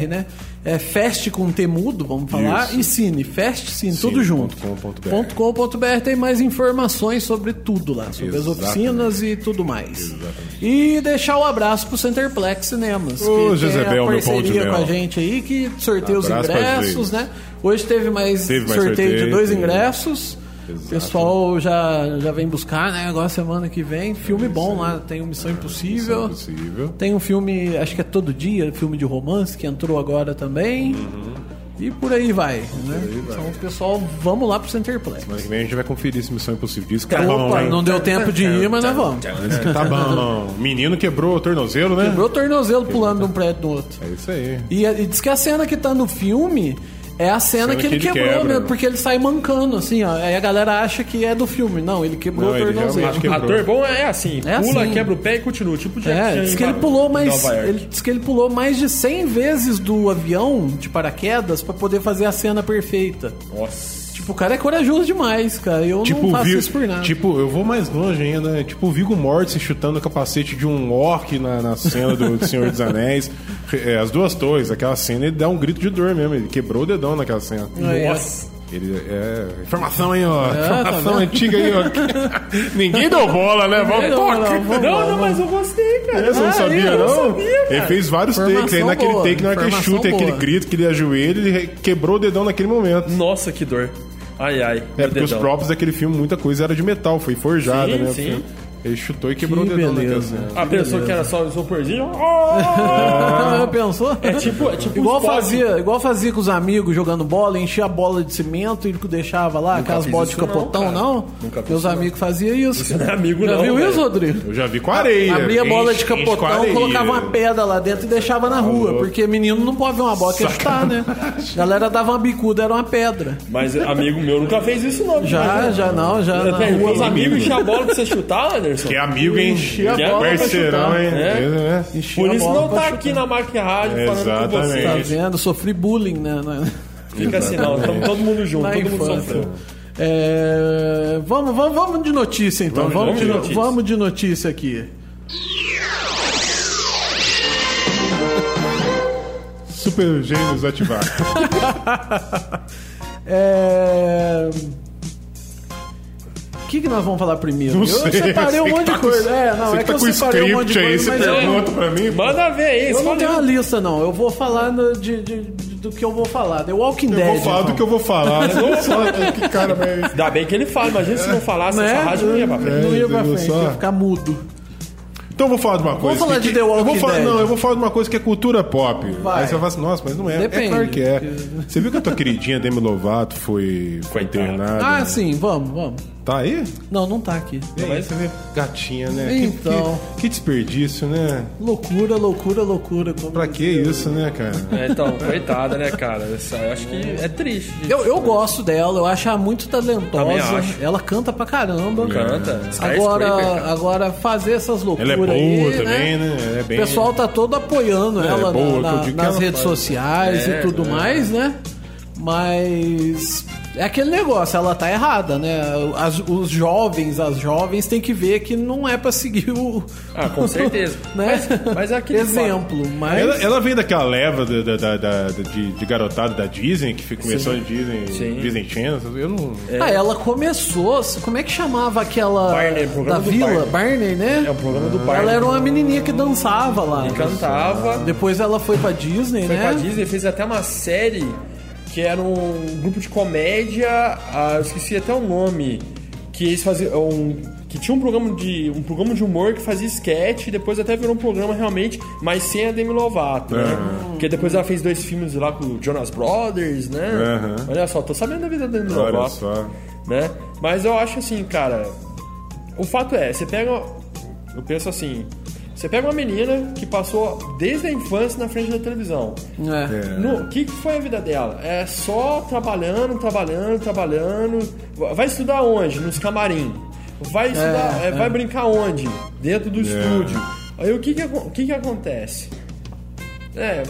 Speaker 4: né? É fest com temudo, vamos falar,
Speaker 5: Isso.
Speaker 4: e cine, festcine, tudo
Speaker 5: Cine
Speaker 4: junto.
Speaker 5: ponto com ponto BR.
Speaker 4: .com.br tem mais informações sobre tudo lá, sobre as
Speaker 5: Exatamente.
Speaker 4: oficinas e tudo mais. E deixar o abraço pro Centerplex Cinemas,
Speaker 5: Ô,
Speaker 4: que
Speaker 5: José
Speaker 4: tem
Speaker 5: Bel,
Speaker 4: a
Speaker 5: meu pão de
Speaker 4: parceria com a
Speaker 5: mel.
Speaker 4: gente aí que sorteia os
Speaker 5: Abraço pras
Speaker 4: ingressos,
Speaker 5: veias.
Speaker 4: né? Hoje teve mais,
Speaker 5: Teve mais
Speaker 4: sorteio, de
Speaker 5: sorteio,
Speaker 4: dois
Speaker 5: teve.
Speaker 4: ingressos.
Speaker 5: Exato.
Speaker 4: Pessoal já, já vem buscar, né? Agora semana que vem. Filme bom lá. Tem o Missão Impossível.
Speaker 5: Missão é Impossível.
Speaker 4: Tem um filme, acho que é todo dia, filme de romance, que entrou agora também.
Speaker 5: Uhum.
Speaker 4: E por aí vai, né? Então, pessoal, vamos lá pro Centerplex.
Speaker 5: Semana que vem a gente vai conferir esse Missão Impossível. Diz que tá bom,
Speaker 4: Opa,
Speaker 5: hein?
Speaker 4: não deu tempo de ir, mas nós vamos.
Speaker 5: Diz que tá bom. Menino quebrou o tornozelo, né?
Speaker 4: Meu tornozelo pulando de um prédio no outro.
Speaker 5: É isso aí.
Speaker 4: E, e diz que a cena que tá no filme é a cena, que ele quebrou
Speaker 5: quebra.
Speaker 4: mesmo, porque ele sai mancando, assim, ó. Aí a galera acha que é do filme. Não, ele quebrou
Speaker 5: Não,
Speaker 4: o
Speaker 5: ele
Speaker 4: tornozelo.
Speaker 5: realmente quebrou.
Speaker 6: Ator bom é assim,
Speaker 4: É
Speaker 6: pula,
Speaker 4: assim.
Speaker 6: quebra o pé e continua. Tipo Jack
Speaker 4: É,
Speaker 6: Chan
Speaker 4: diz
Speaker 6: em
Speaker 4: que ele
Speaker 6: Nova-
Speaker 4: pulou mais.
Speaker 6: Nova York.
Speaker 4: Ele diz que ele pulou mais de 100 vezes do avião de paraquedas pra poder fazer a cena perfeita.
Speaker 6: Nossa.
Speaker 4: Tipo, o cara é corajoso demais, cara. Eu
Speaker 5: Tipo,
Speaker 4: não
Speaker 5: o
Speaker 4: faço
Speaker 5: Vi-
Speaker 4: isso por nada.
Speaker 5: tipo, eu vou mais longe ainda, né? Tipo o Vigo Mortis chutando o capacete de um orc na, na cena do, do Senhor dos Anéis. É, as duas torres, aquela cena, ele dá um grito de dor mesmo. Ele quebrou o dedão naquela cena.
Speaker 4: É.
Speaker 6: Nossa.
Speaker 5: Ele é. Informação aí, ó.
Speaker 4: tá
Speaker 5: Informação
Speaker 4: vendo?
Speaker 5: antiga aí, ó. Ninguém deu bola, né? Vamos
Speaker 4: Não,
Speaker 5: toca.
Speaker 4: não, vamos lá,
Speaker 6: Não, não,
Speaker 4: vamos.
Speaker 6: mas eu gostei, cara.
Speaker 5: Você não
Speaker 4: Ah,
Speaker 5: sabia,
Speaker 4: eu
Speaker 5: não?
Speaker 4: não sabia,
Speaker 5: ele
Speaker 4: cara.
Speaker 5: fez vários takes. Aí
Speaker 4: Informação
Speaker 5: naquele
Speaker 4: boa,
Speaker 5: take, na hora que ele
Speaker 4: informação
Speaker 5: chuta, aquele
Speaker 4: boa.
Speaker 5: grito que ele ajoelha, ele re- quebrou o dedão naquele momento.
Speaker 6: Nossa, que dor. Ai, ai.
Speaker 5: É,
Speaker 6: meu
Speaker 5: porque os
Speaker 6: Hum, dedão.
Speaker 5: props daquele filme, muita coisa era de metal, foi forjada,
Speaker 6: Sim,
Speaker 5: né? o
Speaker 6: sim.
Speaker 5: filme. Ele chutou e quebrou
Speaker 4: Que
Speaker 5: o dedão naquela
Speaker 4: beleza.
Speaker 5: cena.
Speaker 6: A pessoa que era só o isoporzinho. ó.
Speaker 4: Pensou?
Speaker 6: É tipo, é tipo
Speaker 4: Igual
Speaker 6: um esporte.
Speaker 4: fazia, igual fazia com os amigos jogando bola, enchia a bola de cimento e deixava lá, aquelas
Speaker 6: fiz
Speaker 4: bolas de
Speaker 6: isso não,
Speaker 4: capotão,
Speaker 6: cara.
Speaker 4: não?
Speaker 6: Nunca fiz
Speaker 4: Meus
Speaker 6: isso
Speaker 4: amigos faziam isso.
Speaker 6: não é amigo,
Speaker 4: Já
Speaker 6: não,
Speaker 4: viu
Speaker 6: velho.
Speaker 4: isso, Rodrigo?
Speaker 5: Eu já vi com areia.
Speaker 4: Abria a bola de
Speaker 5: Enche- enche com
Speaker 4: capotão,
Speaker 5: areia.
Speaker 4: colocava uma pedra lá dentro e deixava na rua,
Speaker 5: louco.
Speaker 4: porque menino não pode ver uma bola que chutar, né? Galera dava uma bicuda, era uma pedra.
Speaker 6: Mas amigo meu nunca fez isso, não.
Speaker 4: Já,
Speaker 6: Mas,
Speaker 4: já não, já na
Speaker 6: Tem os
Speaker 4: rua.
Speaker 6: amigos encher a bola pra você chutar, Anderson.
Speaker 5: Que é amigo, hein?
Speaker 4: a
Speaker 5: Que
Speaker 6: bola pra
Speaker 5: Parceirão,
Speaker 4: chutar.
Speaker 5: hein?
Speaker 6: É.
Speaker 5: É, né?
Speaker 4: enchia
Speaker 6: Por
Speaker 4: a
Speaker 6: isso
Speaker 4: bola
Speaker 6: não
Speaker 4: pra
Speaker 6: tá
Speaker 4: chutar.
Speaker 6: aqui né, na maquiagem falando com
Speaker 5: Exatamente.
Speaker 4: Tá
Speaker 6: você.
Speaker 4: vendo? Sofri bullying, né? na-
Speaker 6: Fica assim, não. Tamo todo mundo junto,
Speaker 4: Na
Speaker 6: todo mundo
Speaker 4: infância.
Speaker 6: sofreu.
Speaker 4: É, vamos, vamos, vamos de notícia então. Vamos, de, no-
Speaker 6: notícia.
Speaker 4: vamos de notícia aqui.
Speaker 5: Super gênios ativar.
Speaker 4: É... que, que nós vamos falar primeiro?
Speaker 5: Não
Speaker 4: eu
Speaker 5: sei,
Speaker 4: separei um
Speaker 5: sei que
Speaker 4: monte
Speaker 5: tá
Speaker 4: de
Speaker 5: com-
Speaker 4: coisa. É, não,
Speaker 5: sei
Speaker 4: é que,
Speaker 5: que tá
Speaker 4: eu
Speaker 5: com
Speaker 4: separei um monte
Speaker 5: script
Speaker 4: de
Speaker 5: aí,
Speaker 4: coisa,
Speaker 5: você
Speaker 4: mas eu,
Speaker 5: pergunta pra mim. pô.
Speaker 6: Manda ver aí,
Speaker 4: eu não tenho
Speaker 6: escolheu.
Speaker 4: uma lista, não. Eu vou falar no- de, de- de- do que eu vou falar. The Walking
Speaker 5: Eu
Speaker 4: Dead.
Speaker 5: vou falar do
Speaker 4: então.
Speaker 5: que eu vou falar. né? Não só que- que cara vai.
Speaker 6: Ainda bem que ele fala, imagina se não falasse,
Speaker 4: Né?
Speaker 6: essa rádio não ia pra frente.
Speaker 4: Não ia pra
Speaker 5: É, entendeu
Speaker 4: frente,
Speaker 5: só?
Speaker 4: ia ficar mudo.
Speaker 5: Então eu vou falar de uma coisa.
Speaker 4: falar
Speaker 5: que-
Speaker 4: de
Speaker 5: que-
Speaker 4: The
Speaker 5: eu vou
Speaker 4: Walking
Speaker 5: falar,
Speaker 4: Dead.
Speaker 5: Não, eu vou falar de uma coisa que é cultura pop.
Speaker 4: Vai.
Speaker 5: Aí você fala assim, nossa, mas não é.
Speaker 4: Depende.
Speaker 5: É claro que é. Você viu que a tua queridinha Demi Lovato foi, foi
Speaker 6: Coitada.
Speaker 5: internada?
Speaker 4: Ah, sim, vamos, vamos.
Speaker 5: Tá aí?
Speaker 4: Não, não tá aqui.
Speaker 5: E aí você vê gatinha, né? Que-
Speaker 4: Então.
Speaker 5: Que, que desperdício, né?
Speaker 4: Loucura, loucura, loucura. Como-
Speaker 5: Pra que isso, né, cara?
Speaker 6: É, então, coitada, né, cara? Essa- eu acho que é triste. gente.
Speaker 4: Eu, eu gosto dela, eu acho ela muito talentosa.
Speaker 6: Também acho.
Speaker 4: Ela canta pra caramba.
Speaker 6: Canta.
Speaker 5: Tá
Speaker 4: Agora,
Speaker 6: Skyscraper, cara.
Speaker 4: agora fazer essas
Speaker 5: Ela
Speaker 4: loucuras
Speaker 5: é boa
Speaker 4: aí,
Speaker 5: também, né? Ela é
Speaker 4: O
Speaker 5: bem...
Speaker 4: pessoal tá todo apoiando
Speaker 5: É,
Speaker 4: ela na-
Speaker 5: boa,
Speaker 4: na-
Speaker 5: que eu digo que
Speaker 4: nas
Speaker 5: ela
Speaker 4: redes
Speaker 5: faz.
Speaker 4: sociais
Speaker 6: É,
Speaker 4: e tudo
Speaker 6: é.
Speaker 4: mais, né? Mas é aquele negócio, ela tá errada, né? As- os jovens, as jovens têm que ver que não é pra seguir o.
Speaker 6: Ah, com certeza.
Speaker 4: né?
Speaker 6: Mas- mas é aquele é-
Speaker 4: exemplo, mas
Speaker 5: Ela, ela vem daquela leva da, da- da- da- de, de garotada da Disney, que fica começando em Disney,
Speaker 6: Sim.
Speaker 5: Disney Channel. essas- Eu não...
Speaker 4: Ah, ela começou. Como é que chamava aquela.
Speaker 6: Barney, programa
Speaker 4: da
Speaker 6: do
Speaker 4: vila?
Speaker 6: Barney.
Speaker 4: né?
Speaker 6: É o programa do Barney.
Speaker 4: Ela era uma menininha que dançava lá.
Speaker 6: Cantava,
Speaker 4: Depois ela foi pra Disney,
Speaker 6: foi
Speaker 4: né?
Speaker 6: pra Disney, fez até uma série que era um grupo de comédia, ah, eu esqueci até o nome, que eles faziam um, que tinha um programa de um programa de humor que fazia sketch, e depois até virou um programa realmente, mas sem a Demi Lovato, né? Porque depois ela fez dois filmes lá com o Jonas Brothers, né?
Speaker 5: Aham.
Speaker 6: Olha só, tô sabendo da vida da Demi
Speaker 5: Olha
Speaker 6: Lovato.
Speaker 5: só.
Speaker 6: né? Mas eu acho assim, cara. O fato é, você pega. Eu penso assim. Você pega uma menina que passou desde a infância na frente da televisão.
Speaker 4: É.
Speaker 5: É.
Speaker 6: O que, que foi a vida dela? É só trabalhando, trabalhando, trabalhando. Vai estudar onde? Nos camarim. Vai estudar, é, vai brincar onde? Dentro
Speaker 5: É.
Speaker 6: do estúdio. Aí o que que, acon- o que, que acontece? É,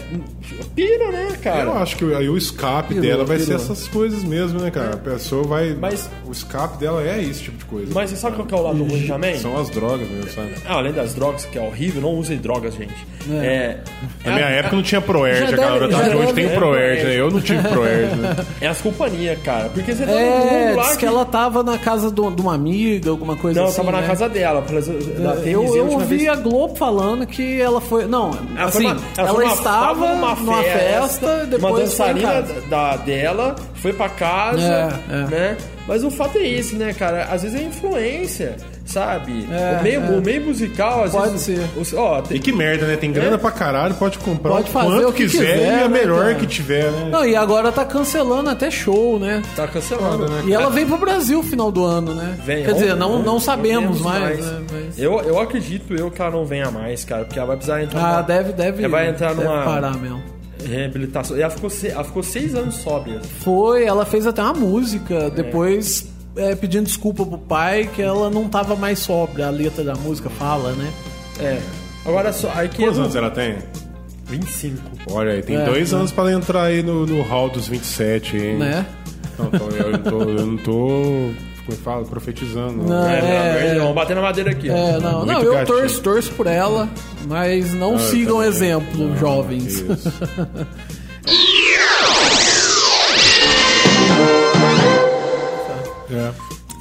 Speaker 6: pira, né, cara?
Speaker 5: Eu acho que aí o escape
Speaker 4: Pirou,
Speaker 5: dela vai ser
Speaker 4: pirou.
Speaker 5: essas coisas mesmo, né, cara? A pessoa vai.
Speaker 6: Mas-
Speaker 5: O escape dela é esse tipo de coisa.
Speaker 6: Mas você sabe qual que é o lado ruim também?
Speaker 5: São as drogas mesmo, sabe?
Speaker 6: Ah, além das drogas, que é horrível, não usem drogas, gente. É. É,
Speaker 5: Na minha
Speaker 6: é-
Speaker 5: época não tinha Proerd,
Speaker 4: Já
Speaker 5: a galera
Speaker 4: deve-
Speaker 5: tá
Speaker 4: já
Speaker 5: de hoje
Speaker 4: deve-
Speaker 5: tem
Speaker 6: é,
Speaker 5: Proerd, né?
Speaker 6: é.
Speaker 5: Eu não tive Proerd, né?
Speaker 6: é as companhias, cara. Porque você tá no
Speaker 4: É,
Speaker 6: mundo lá.
Speaker 4: diz que ela tava na casa do- de uma amiga, alguma coisa
Speaker 6: Não,
Speaker 4: assim.
Speaker 6: tava na
Speaker 4: né? É,
Speaker 6: casa dela. pela- Da TMZ,
Speaker 4: Eu, eu
Speaker 6: última
Speaker 4: ouvi
Speaker 6: vez.
Speaker 4: a Globo falando que ela foi. Não,
Speaker 6: Ela
Speaker 4: assim,
Speaker 6: foi uma-
Speaker 4: ela,
Speaker 6: foi uma-
Speaker 4: estava
Speaker 6: tava
Speaker 4: numa festa, depois.
Speaker 6: uma
Speaker 4: foi em
Speaker 6: dançarina
Speaker 4: casa.
Speaker 6: da, dela foi pra casa,
Speaker 4: É, é.
Speaker 6: né? Mas o fato é esse, né, cara? Às vezes é influência, sabe?
Speaker 4: É,
Speaker 6: o, meio,
Speaker 4: é.
Speaker 6: o meio musical, às
Speaker 4: Pode
Speaker 6: vezes.
Speaker 4: ser.
Speaker 6: os- ó, tem-
Speaker 5: E que merda, né? Tem grana
Speaker 6: É.
Speaker 5: pra caralho, pode comprar
Speaker 4: Pode
Speaker 5: o
Speaker 4: fazer
Speaker 5: quanto
Speaker 4: o que
Speaker 5: quiser,
Speaker 4: quiser,
Speaker 5: e é
Speaker 4: né,
Speaker 5: melhor
Speaker 4: cara?
Speaker 5: que tiver, né?
Speaker 4: Não, e agora tá cancelando até show, né?
Speaker 6: tá cancelado,
Speaker 5: né?
Speaker 4: E ela vem pro Brasil final do ano, né?
Speaker 6: Vem,
Speaker 4: Quer
Speaker 6: ou-
Speaker 4: dizer, não,
Speaker 6: ou-
Speaker 4: não
Speaker 6: ou
Speaker 4: sabemos
Speaker 6: menos
Speaker 4: mais, né? Mas-
Speaker 6: Eu, eu acredito eu que ela não venha mais, cara, porque ela vai precisar entrar
Speaker 4: Ah,
Speaker 6: numa
Speaker 4: deve, deve.
Speaker 6: Ela vai entrar
Speaker 4: deve
Speaker 6: numa-
Speaker 4: parar mesmo.
Speaker 6: reabilitação. E ela ficou, se- ela ficou seis anos sóbria.
Speaker 4: Foi, ela fez até uma música, depois é, pedindo desculpa pro pai que ela não tava mais sóbria, a letra da música fala, né?
Speaker 6: É. Agora só. Aí que
Speaker 5: Quantos anos é? ela tem?
Speaker 6: 25.
Speaker 5: Olha aí, tem
Speaker 4: É,
Speaker 5: dois
Speaker 4: né?
Speaker 5: anos pra ela entrar aí no, no hall dos 27, hein?
Speaker 4: Né?
Speaker 5: Não, tô- eu não tô. Eu não tô como é que fala? Profetizando.
Speaker 4: Não.
Speaker 6: É,
Speaker 4: É.
Speaker 6: não, vamos bater na madeira aqui. ó.
Speaker 4: É, não,
Speaker 5: Muito
Speaker 4: não eu
Speaker 5: gatinho. Ah,
Speaker 4: torço, torço por ela, mas não sigam
Speaker 5: também.
Speaker 4: exemplo,
Speaker 5: Não,
Speaker 4: jovens.
Speaker 5: tá Ah, isso. É.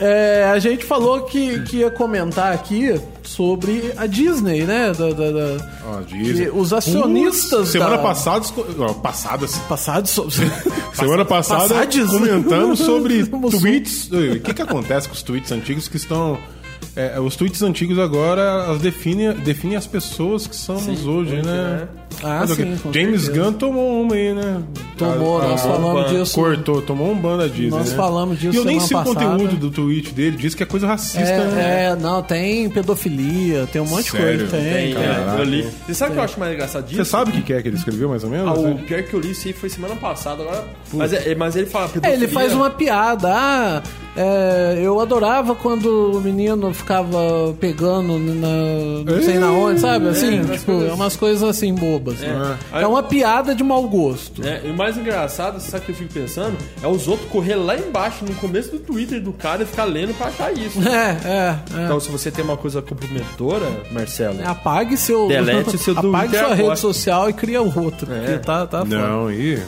Speaker 4: É, a gente falou que, que ia comentar aqui sobre a Disney, né? Da, da- da-
Speaker 5: Ó, Disney.
Speaker 4: que os acionistas
Speaker 5: Semana
Speaker 4: da-
Speaker 5: passada. esco- Não, passada. se-
Speaker 4: Passado so-
Speaker 5: Semana passada
Speaker 4: Passades.
Speaker 5: comentamos sobre
Speaker 4: Mussum.
Speaker 5: tweets. O que, que acontece com os tweets antigos que estão. é, os tweets antigos agora as definem definem as pessoas que somos hoje, né?
Speaker 4: Ah,
Speaker 5: Mas o quê?
Speaker 4: sim, com
Speaker 5: James
Speaker 4: certeza.
Speaker 5: Gunn tomou uma aí, né?
Speaker 4: Tomou,
Speaker 5: A- a-
Speaker 4: nós falamos disso.
Speaker 5: Cortou, tomou um bando da Disney.
Speaker 4: Nós
Speaker 5: né?
Speaker 4: falamos disso
Speaker 5: E eu nem
Speaker 4: semana
Speaker 5: sei o
Speaker 4: passada.
Speaker 5: conteúdo do tweet dele, diz que é coisa racista, né?
Speaker 4: É, é, não, tem pedofilia, tem um monte de
Speaker 5: Sério?
Speaker 4: coisa. Tem, tem.
Speaker 6: Tem, tem
Speaker 5: Caraca.
Speaker 6: aquilo ali. Você sabe o que eu acho mais engraçado disso?
Speaker 5: Você sabe o que que é que ele escreveu, mais ou menos?
Speaker 6: Ah, o
Speaker 5: né?
Speaker 6: pior que eu li isso aí foi semana passada, agora. Mas, é- mas ele fala.
Speaker 4: É, ele faz uma piada. Ah, é, eu adorava quando o menino ficava pegando na, não
Speaker 5: É,
Speaker 4: sei na onde, sabe? Assim,
Speaker 6: umas
Speaker 4: tipo,
Speaker 6: coisas-
Speaker 4: é umas coisas assim bobas. É, né?
Speaker 6: Aí-
Speaker 4: é uma piada de mau gosto.
Speaker 6: É, e o mais engraçado, sabe o que eu fico pensando? É os outros correr lá embaixo, no começo do Twitter do cara e ficar lendo pra achar isso.
Speaker 4: É, é, é.
Speaker 6: Então, se você tem uma coisa comprometedora, Marcelo,
Speaker 4: Apague seu.
Speaker 6: Delete o seu do
Speaker 4: apague sua
Speaker 6: Interacross.
Speaker 4: rede social e cria outra. Porque tá, tá foda.
Speaker 5: Não, e.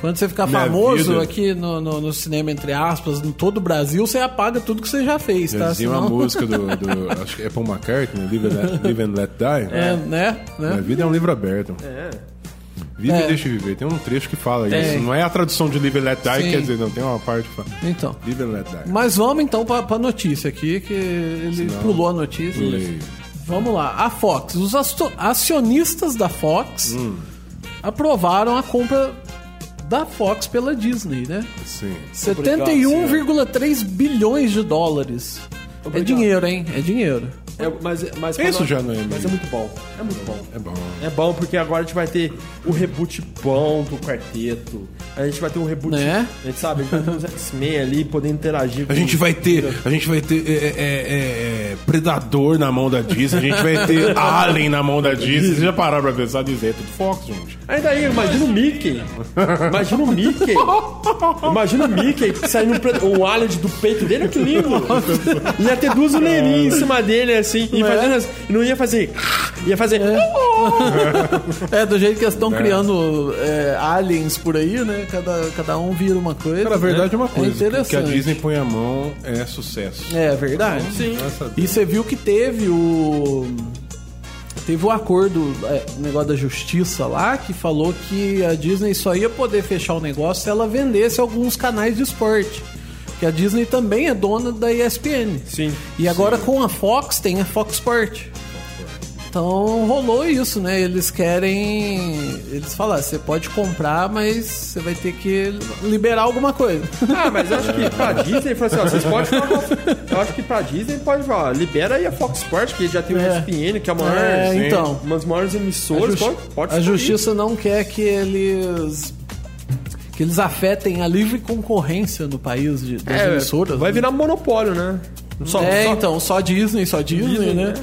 Speaker 4: Quando você ficar
Speaker 5: É. Minha
Speaker 4: famoso
Speaker 5: vida.
Speaker 4: aqui no, no- no cinema, entre aspas, em todo o Brasil, você apaga tudo que você já fez,
Speaker 5: Já
Speaker 4: tá?
Speaker 5: dizia uma
Speaker 4: Senão-
Speaker 5: música do, do- Acho que é Paul McCartney, Live and Let, Live and Let Die.
Speaker 4: É, né?
Speaker 5: Minha
Speaker 4: né?
Speaker 5: vida é um livro aberto.
Speaker 6: É.
Speaker 5: Vive
Speaker 4: É.
Speaker 5: e deixa viver. Tem um trecho que fala
Speaker 4: Tem.
Speaker 5: isso. Não é a tradução de Live and Let Die,
Speaker 4: Sim.
Speaker 5: quer dizer, não. Tem uma parte que fala
Speaker 4: Então.
Speaker 5: Live and Let Die.
Speaker 4: Mas vamos então pra, pra notícia aqui, que ele pulou a notícia.
Speaker 5: Pulei.
Speaker 4: Vamos lá. A Fox. Os asto- acionistas da Fox
Speaker 5: Hum.
Speaker 4: aprovaram a compra da Fox pela Disney, né?
Speaker 5: Sim.
Speaker 4: 71,3
Speaker 5: é.
Speaker 4: bilhões de dólares. É
Speaker 6: Obrigado.
Speaker 4: dinheiro, hein? É dinheiro.
Speaker 6: É, mas, mas
Speaker 5: Isso
Speaker 6: quando-
Speaker 5: já não é meio.
Speaker 6: Mas é muito bom. É muito bom.
Speaker 5: É bom.
Speaker 6: É bom porque agora a gente vai ter o reboot bom do quarteto. A gente vai ter um reboot.
Speaker 4: Né?
Speaker 6: A gente sabe, a gente vai ter uns X-Men ali podendo interagir com
Speaker 5: A gente vai ter, a gente vai ter é, é, é, é, Predador na mão da Disney, a gente vai ter Alien na mão da Disney. Vocês já pararam pra pensar dizer, é tudo Fox, gente.
Speaker 6: Ainda aí, imagina o Mickey. Imagina o Mickey. Imagina o Mickey saindo um, pre- um alien do peito dele, olha que lindo. Ia ter duas olheirinhas em cima dele, assim, e fazendo assim, e É. não ia fazer. Ia fazer.
Speaker 4: É, do jeito que eles estão criando é, aliens por aí, né? Cada, cada um vira uma coisa.
Speaker 5: Cara, a verdade é uma
Speaker 4: É
Speaker 5: coisa, o
Speaker 4: interessante.
Speaker 5: que a Disney põe a mão é sucesso.
Speaker 4: É verdade.
Speaker 6: Sim.
Speaker 4: E você viu que teve o. Teve o acordo, é, o negócio da justiça lá, que falou que a Disney só ia poder fechar o negócio se ela vendesse alguns canais de esporte. Que a Disney também é dona da ESPN.
Speaker 6: Sim.
Speaker 4: E agora com a Fox tem a Fox Sport. Então rolou isso, né? Eles querem. Eles falaram, você pode comprar, mas você vai ter que liberar alguma coisa.
Speaker 6: Ah, mas eu acho que pra Disney, falou assim, ó, vocês podem falar. com- Eu acho que pra Disney pode falar, ó, libera aí a Fox Sports, que já tem o
Speaker 4: É.
Speaker 6: ESPN, que é a maior.
Speaker 4: É, então.
Speaker 6: Uma das maiores
Speaker 4: A,
Speaker 6: emissoras.
Speaker 4: justi-
Speaker 6: pode, pode
Speaker 4: a
Speaker 6: fazer
Speaker 4: justiça não quer que eles que eles afetem a livre concorrência no país de, das
Speaker 6: É,
Speaker 4: emissoras.
Speaker 6: Vai
Speaker 4: né?
Speaker 6: virar monopólio, né? Só,
Speaker 4: é,
Speaker 6: só-
Speaker 4: então, só Disney, só Disney,
Speaker 6: Disney,
Speaker 4: né?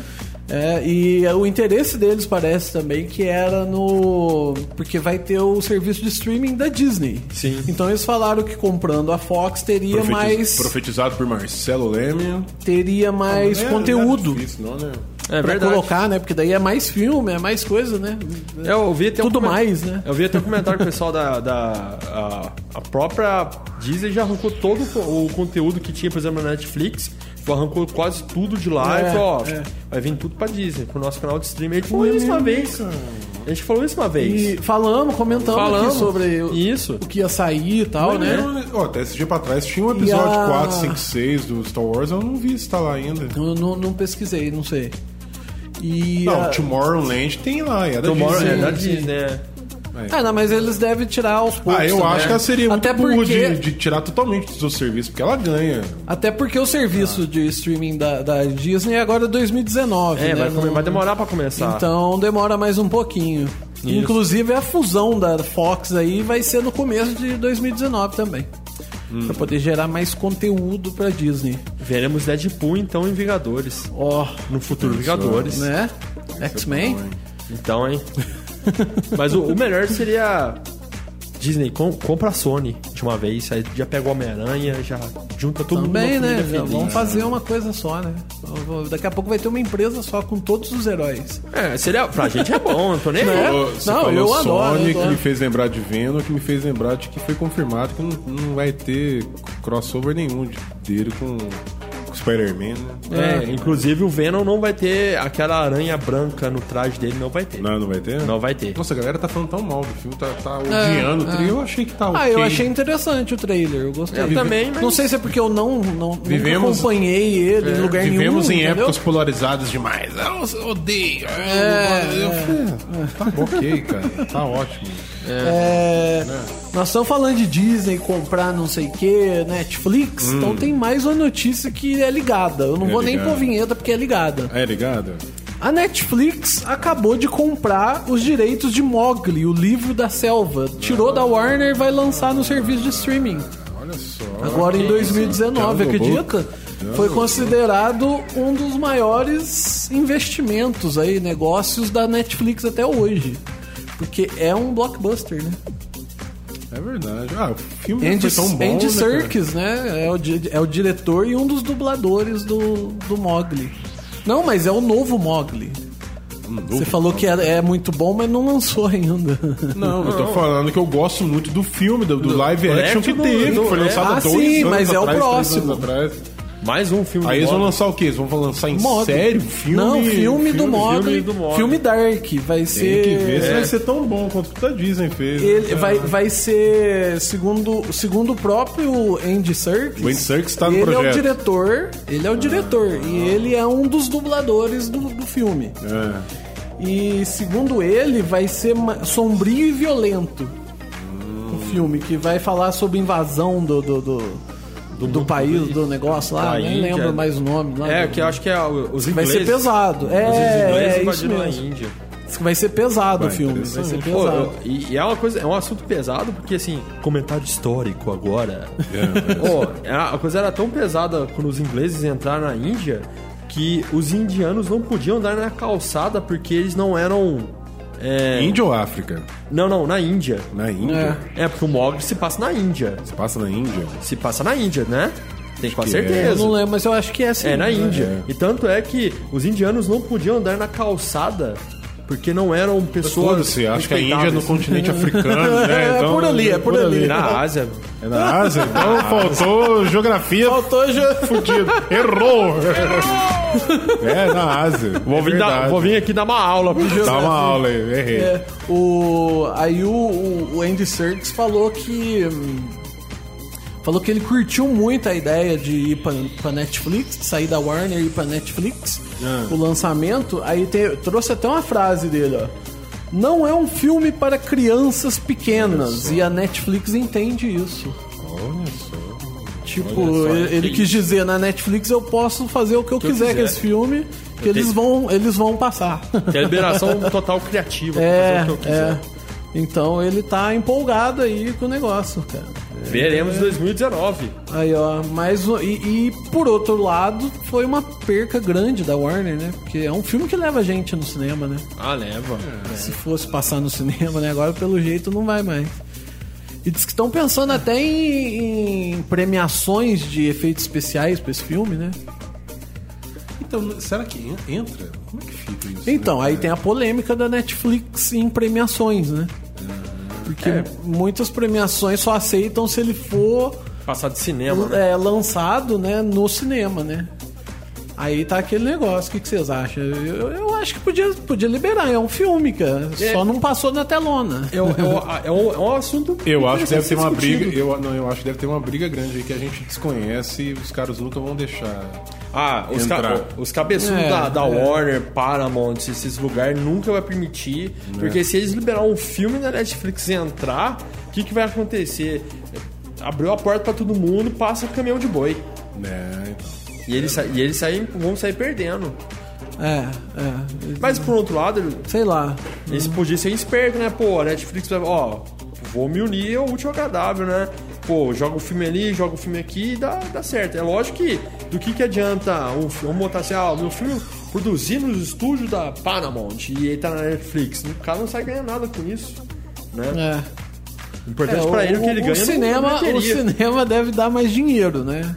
Speaker 4: É, e o interesse deles parece também que era no. Porque vai ter o serviço de streaming da Disney.
Speaker 6: Sim.
Speaker 4: Então eles falaram que comprando a Fox teria
Speaker 5: Profetiz-
Speaker 4: mais.
Speaker 5: Profetizado por Marcelo Leme.
Speaker 4: Teria mais
Speaker 5: É,
Speaker 4: conteúdo
Speaker 5: não é difícil, não, né?
Speaker 6: Ah, É
Speaker 4: pra
Speaker 6: verdade.
Speaker 4: colocar, né? Porque daí é mais filme, é mais coisa, né?
Speaker 6: Eu ouvi até
Speaker 4: Tudo
Speaker 6: comen-
Speaker 4: mais, né?
Speaker 6: Eu vi até um comentário que o pessoal da. da a, a própria Disney já arrancou todo o co- o conteúdo que tinha, por exemplo, na Netflix. tipo, Arrancou quase tudo de lá
Speaker 4: É,
Speaker 6: e falou: ó,
Speaker 4: é.
Speaker 6: vai vir tudo pra Disney, pro nosso canal de streaming. A gente falou isso uma vez. A gente falou isso uma vez.
Speaker 4: E falamos, comentamos
Speaker 6: Falamos
Speaker 4: aqui sobre o-
Speaker 6: isso.
Speaker 4: o que ia sair e tal, né?
Speaker 5: Eu, ó, até esse dia pra trás tinha um episódio
Speaker 4: a-
Speaker 5: 4, 5, 6 do Star Wars, eu não vi se tá lá ainda.
Speaker 4: Eu não, não pesquisei, não sei. E
Speaker 5: Não, tipo,
Speaker 4: ah,
Speaker 5: Tomorrowland tem lá, é da
Speaker 6: Tomorrow
Speaker 5: Disney.
Speaker 6: é da
Speaker 4: sim.
Speaker 6: Disney, né?
Speaker 4: ah, não, mas eles devem tirar aos poucos.
Speaker 5: Ah, eu
Speaker 4: também.
Speaker 5: acho que ela seria muito
Speaker 4: até
Speaker 5: burro
Speaker 4: porque,
Speaker 5: de, de tirar totalmente do seu serviço, porque ela ganha.
Speaker 4: Até porque o serviço de streaming da, da Disney é agora 2019.
Speaker 6: É,
Speaker 4: né?
Speaker 6: vai, come-
Speaker 4: Não-
Speaker 6: vai demorar pra começar.
Speaker 4: Então demora mais um pouquinho. Inclusive a fusão da Fox aí vai ser no começo de 2019 também.
Speaker 6: Hum.
Speaker 4: Pra poder gerar mais conteúdo pra Disney.
Speaker 6: Veremos Deadpool então em Vingadores.
Speaker 4: Ó,
Speaker 6: No futuro, Vingadores.
Speaker 4: né? X-Men?
Speaker 6: Então, hein? Mas o, o melhor seria. Disney, com, compra a Sony de uma vez. Aí já pega o Homem-Aranha, já junta todo
Speaker 4: Também,
Speaker 6: mundo. numa
Speaker 4: né?
Speaker 6: família feliz.
Speaker 4: Vamos fazer uma coisa só, né? Daqui a pouco vai ter uma empresa só com todos os heróis.
Speaker 6: É, seria. Pra gente é bom, não tô nem aí.
Speaker 5: Falou-
Speaker 4: Não, eu adoro,
Speaker 5: Sony,
Speaker 4: eu adoro.
Speaker 5: que me fez lembrar de Venom, que me fez lembrar de que foi confirmado que não, não vai ter crossover nenhum de- dele com com Spider-Man, né?
Speaker 6: É, inclusive o Venom não vai ter aquela aranha branca no traje dele, não vai ter.
Speaker 5: Não, não vai ter?
Speaker 6: Não vai ter.
Speaker 5: Nossa, a galera tá falando tão mal do filme, tá, tá odiando o trio. Eu achei que tá ok.
Speaker 4: É, Ah, eu achei interessante o trailer, eu gostei.
Speaker 6: Eu também, mas-
Speaker 4: Não sei se é porque eu não, não nunca
Speaker 5: Vivemos- É,
Speaker 4: acompanhei ele em lugar nenhum.
Speaker 5: Vivemos em
Speaker 4: entendeu?
Speaker 5: épocas polarizadas demais. Ah, Eu odeio.
Speaker 4: É.
Speaker 5: eu, tá ok, cara. Tá ótimo.
Speaker 4: É, Nós estamos falando de Disney, comprar não sei o que, Netflix. Então tem mais uma notícia que é ligada. Eu não
Speaker 5: Hum. É
Speaker 4: vou nem
Speaker 5: ligada.
Speaker 4: pôr vinheta porque é ligada.
Speaker 5: É ligado?
Speaker 4: A Netflix acabou de comprar os direitos de Mogli, o livro da selva. Tirou da Warner e vai lançar no serviço de streaming.
Speaker 5: Olha só.
Speaker 4: Agora em 2019,
Speaker 5: Cara,
Speaker 4: acredita? Foi considerado um dos maiores investimentos aí, negócios da Netflix até hoje. Porque é um blockbuster, né?
Speaker 5: É verdade. Ah, o filme
Speaker 4: Andy,
Speaker 5: foi tão bom.
Speaker 4: Andy
Speaker 5: né, cara?
Speaker 4: Serkis, né? É o, di- é o diretor e um dos dubladores do, do Mogli. Não, mas é o novo Mogli. Você falou que é, é muito bom, mas não lançou ainda.
Speaker 5: Não, eu tô falando que eu gosto muito do filme, do, do live
Speaker 6: do
Speaker 5: action que
Speaker 6: action,
Speaker 5: teve,
Speaker 6: do-
Speaker 5: que foi
Speaker 6: é.
Speaker 5: lançado
Speaker 4: Ah,
Speaker 5: há dois
Speaker 4: sim,
Speaker 5: anos
Speaker 4: mas é o
Speaker 5: atrás, três
Speaker 4: próximo.
Speaker 5: anos atrás.
Speaker 6: Mais um filme
Speaker 5: Aí
Speaker 6: do
Speaker 5: eles vão
Speaker 6: Mob.
Speaker 5: lançar o quê? Eles vão lançar em
Speaker 4: Mob.
Speaker 5: sério? Filme?
Speaker 4: não, filme, do modo.
Speaker 6: filme
Speaker 4: Filme,
Speaker 6: do modo.
Speaker 4: Dark. Vai
Speaker 5: Tem
Speaker 4: ser.
Speaker 5: que ver se vai ser tão bom quanto o que a Disney fez. É.
Speaker 4: Ele vai, vai ser, segundo, segundo o próprio Andy Serkis...
Speaker 5: O Andy Serkis tá no
Speaker 4: ele é o
Speaker 5: projeto.
Speaker 4: diretor, ele é o diretor. E ele é um dos dubladores do, do filme.
Speaker 5: É.
Speaker 4: E segundo ele, vai ser ma- sombrio e violento. O filme que vai falar sobre invasão do... do, do- do país, do negócio lá,
Speaker 6: da
Speaker 4: Ah, nem
Speaker 6: Índia.
Speaker 4: lembro mais o nome. Lá
Speaker 6: É,
Speaker 4: do-
Speaker 6: que eu acho que é o- os ingleses.
Speaker 4: Vai ser pesado.
Speaker 6: Os
Speaker 4: É,
Speaker 6: ingleses
Speaker 4: é isso
Speaker 6: invadiram a
Speaker 4: mesmo.
Speaker 6: Índia.
Speaker 4: Vai ser pesado o filme. Vai ser
Speaker 5: interessante.
Speaker 6: Pô,
Speaker 4: é pesado.
Speaker 6: eu- e, e é uma coisa, é um assunto pesado, porque assim, comentário histórico agora. Pô, é, a, a coisa era tão pesada quando os ingleses entraram na Índia que os indianos não podiam andar na calçada porque eles não eram. é,
Speaker 5: Índia ou África?
Speaker 6: Não, não, na Índia.
Speaker 5: Na Índia?
Speaker 6: É, porque o Mogli se passa na Índia.
Speaker 4: É.
Speaker 5: Se passa na Índia?
Speaker 6: Se passa na Índia, né? Tem quase
Speaker 5: que é.
Speaker 4: Eu
Speaker 6: certeza.
Speaker 4: não lembro, mas eu acho que é assim.
Speaker 6: É na
Speaker 4: né?
Speaker 6: Índia. E tanto é que os indianos não podiam andar na calçada porque não eram pessoas.
Speaker 5: Foda-se, acho que a Índia é no
Speaker 6: respeitáveis.
Speaker 5: continente africano, né?
Speaker 4: É,
Speaker 5: Então,
Speaker 4: por ali, é por ali.
Speaker 6: Na Ásia.
Speaker 5: É na Ásia? Então faltou geografia
Speaker 4: Faltou já.
Speaker 5: fudido. Errou! É, na Ásia.
Speaker 6: Vou vir, dar- vou vir aqui dar uma aula pro
Speaker 5: Dá
Speaker 6: Gil.
Speaker 5: uma aula aí, errei.
Speaker 4: É, o, aí o, o- o Andy Serkis falou que. hum, Falou que ele curtiu muito a ideia de ir pra, pra Netflix, de sair da Warner e ir pra Netflix, o lançamento. Aí te- trouxe até uma frase dele, ó. Não é um filme para crianças pequenas. E a Netflix entende isso. Tipo, ele, ele quis dizer, na Netflix eu posso fazer o que eu, quiser, com
Speaker 6: quiser.
Speaker 4: esse filme, que eles,
Speaker 6: tenho-
Speaker 4: vão, eles vão passar.
Speaker 6: Tem a é liberação total criativa pra
Speaker 4: É,
Speaker 6: fazer o que eu
Speaker 4: é.
Speaker 6: quiser.
Speaker 4: Então ele tá empolgado aí com o negócio, cara.
Speaker 6: Veremos em 2019.
Speaker 4: Aí, ó, mais um. E, e, por outro lado, foi uma perca grande da Warner, né? Porque é um filme que leva a gente no cinema, né?
Speaker 6: Ah, leva.
Speaker 4: Se fosse passar no cinema, né? Agora, pelo jeito, não vai mais. E diz que estão pensando
Speaker 1: É.
Speaker 4: até em, em premiações de efeitos especiais pra esse filme, né?
Speaker 1: Então, será que en- entra? Como é que fica isso?
Speaker 4: Então, aí tem a polêmica da Netflix em premiações, né?
Speaker 1: Ah.
Speaker 4: Porque
Speaker 1: É.
Speaker 4: muitas premiações só aceitam se ele for
Speaker 6: Passar de cinema, né?
Speaker 4: é, lançado né, no cinema, né? Aí tá aquele negócio, o que, que vocês acham? Eu, eu acho que podia, podia liberar, é um filme, cara. Só não passou na telona.
Speaker 6: É, um- é um- é um, é um assunto.
Speaker 5: Eu acho que deve ter uma
Speaker 6: discutido.
Speaker 5: briga. Eu, não, eu acho que deve ter uma briga grande aí que a gente desconhece e os caras nunca vão deixar.
Speaker 6: Ah, os, ca-
Speaker 5: Entrar.
Speaker 6: os cabeçudos
Speaker 4: É,
Speaker 6: da, da
Speaker 4: é.
Speaker 6: Warner, Paramount, esses lugares nunca vai permitir.
Speaker 5: Né.
Speaker 6: Porque se eles liberar um filme na Netflix e entrar, o que, que vai acontecer? Abriu a porta pra todo mundo, passa o caminhão de boi.
Speaker 5: Né? Então.
Speaker 6: E eles, sa- e eles saem, vão sair perdendo.
Speaker 4: É, é.
Speaker 6: Mas por outro lado,
Speaker 4: Sei lá.
Speaker 6: eles podiam ser espertos, né? Pô, a Netflix vai. Ó, vou me unir ao último agradável, né? Pô, joga o filme ali, joga o filme aqui e dá, dá certo. É lógico que do que, que adianta um filme. Vamos botar assim, ah, meu filme produzir nos estúdios da Paramount e ele tá na Netflix. O cara não sai ganhando nada com isso. Né?
Speaker 4: É.
Speaker 6: Importante É, pra ele o que ele ganha no- na
Speaker 4: cinema, o
Speaker 6: bilheteria.
Speaker 4: cinema deve dar mais dinheiro, né?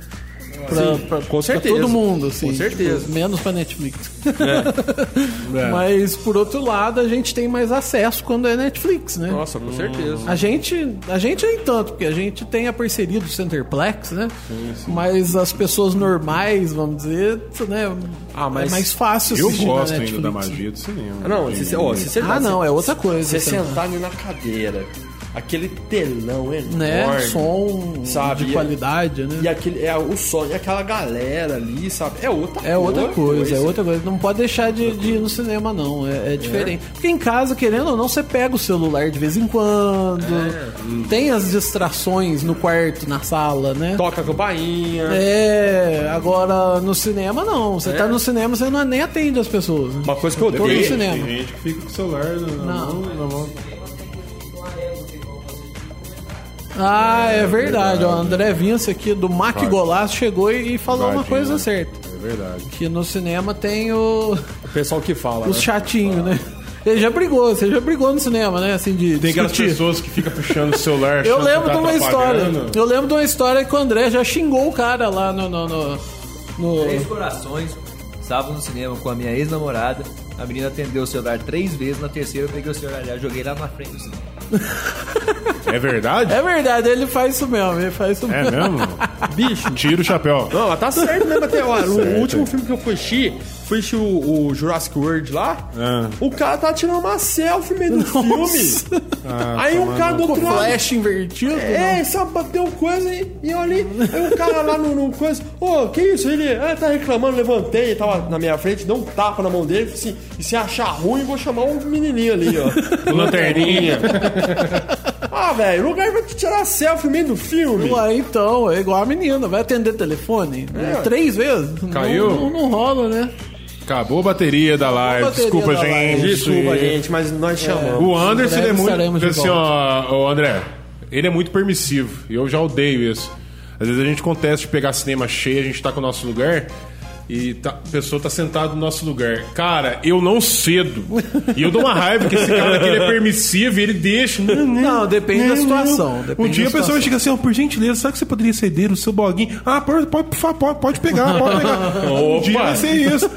Speaker 4: Pra, pra- pra
Speaker 6: certeza.
Speaker 4: todo mundo, assim.
Speaker 6: Com certeza. É.
Speaker 4: tipo, menos pra Netflix. Mas, por outro lado, a gente tem mais acesso quando é Netflix, né?
Speaker 6: Nossa, com certeza.
Speaker 4: A gente, a gente nem tanto, porque a gente tem a parceria do Centerplex, né? Mas as pessoas normais, vamos dizer, né?
Speaker 6: Ah, mas
Speaker 4: é mais fácil
Speaker 5: Eu
Speaker 4: assistir na
Speaker 5: gosto ainda
Speaker 4: Netflix.
Speaker 5: da magia do cinema.
Speaker 6: Ah, Não, se,
Speaker 5: Tem-
Speaker 6: você- ó, se você
Speaker 4: Ah, não, é outra coisa.
Speaker 6: Você
Speaker 4: Sentar.
Speaker 6: sentar ali na cadeira, aquele telão enorme.
Speaker 4: Né? Som
Speaker 6: Sabe,
Speaker 4: de
Speaker 6: e-
Speaker 4: qualidade, né?
Speaker 6: E aquele, é o sonho, aquela galera ali, sabe? É outra
Speaker 4: É outra coisa, é outra coisa. Não pode deixar de, de ir no cinema, não. É, é diferente. Porque em casa, querendo ou não, você pega o celular de vez em quando. Tem as distrações no quarto, na sala, né?
Speaker 6: Toca a campainha.
Speaker 4: É, agora no cinema não. Você
Speaker 6: É.
Speaker 4: tá no cinema, você não, nem atende as pessoas. né?
Speaker 6: Uma coisa que
Speaker 4: Tô
Speaker 6: eu
Speaker 4: né? no
Speaker 6: odeio.
Speaker 5: Tem
Speaker 4: cinema.
Speaker 5: gente que fica com o celular na na
Speaker 4: Não.
Speaker 5: mão. Na mão.
Speaker 4: Ah, é verdade. O André Vince aqui do Mac Golaço chegou e e falou uma
Speaker 5: Tadinho,
Speaker 4: coisa
Speaker 5: né?
Speaker 4: certa.
Speaker 5: É verdade.
Speaker 4: Que no cinema tem o,
Speaker 6: O pessoal que fala.
Speaker 4: os
Speaker 6: né?
Speaker 4: chatinhos, né? Ele já brigou, você já brigou no cinema, né? Assim, de
Speaker 5: É. Tem aquelas
Speaker 4: discutir.
Speaker 5: pessoas que ficam puxando o celular.
Speaker 4: Eu
Speaker 5: achando que
Speaker 4: lembro
Speaker 5: tá
Speaker 4: de uma história.
Speaker 5: atrapalhando.
Speaker 4: Eu lembro de uma história que o André já xingou o cara lá no. no, no, no-
Speaker 5: É.
Speaker 7: Três Corações, sábado no cinema com a minha ex-namorada. A menina atendeu o celular três vezes, na terceira eu peguei o celular dela, joguei lá na frente do cinema.
Speaker 5: É verdade?
Speaker 4: É verdade, ele faz isso mesmo, ele faz isso
Speaker 5: É
Speaker 4: mesmo.
Speaker 5: mesmo? Bicho. Tira o chapéu.
Speaker 6: Não, mas tá certo mesmo até agora.
Speaker 5: Tá Certo.
Speaker 6: O último filme que eu fui assistir, fui assistir o, o Jurassic World lá.
Speaker 5: Ah.
Speaker 6: O cara tá tirando uma selfie no meio do filme.
Speaker 5: Ah,
Speaker 6: Aí um cara do
Speaker 4: Com
Speaker 6: outro lado.
Speaker 4: flash invertido?
Speaker 6: É, sabe, bateu coisa e, e eu ali, aí o cara lá no, no coisa, ô, que isso? Ele ah, tá reclamando, levantei, tava na minha frente, deu um tapa na mão dele, falei assim, e se achar ruim, vou chamar um menininho ali, ó.
Speaker 5: Lanterninha.
Speaker 6: ah, velho, o lugar vai te tirar selfie no meio do filme.
Speaker 4: Ué, então, é igual a menina, vai atender telefone né?
Speaker 6: É.
Speaker 4: três vezes?
Speaker 5: Caiu?
Speaker 4: Não, não, não rola, né?
Speaker 5: Acabou a bateria da live.
Speaker 4: bateria
Speaker 5: Desculpa,
Speaker 4: da live.
Speaker 5: gente.
Speaker 6: Desculpa, gente, mas nós chamamos.
Speaker 5: O Anderson
Speaker 4: Em
Speaker 5: ele
Speaker 4: breve
Speaker 5: é muito.
Speaker 4: estaremos de
Speaker 5: Assim, ó, ó, André, ele é muito permissivo. E eu já odeio isso. Às vezes a gente contesta de pegar cinema cheio, a gente tá com o nosso lugar. E tá- a pessoa tá sentada no nosso lugar. Cara, eu não cedo. E eu dou uma raiva, porque esse cara aqui ele é permissivo e ele deixa.
Speaker 4: Não, depende da situação, depende
Speaker 5: um dia
Speaker 4: da
Speaker 5: a pessoa
Speaker 4: situação.
Speaker 5: chega assim, ó, por gentileza, sabe que você poderia ceder o seu bloguinho? Ah, pode, pode, por favor, pode pegar, pode pegar. Um dia vai ser isso.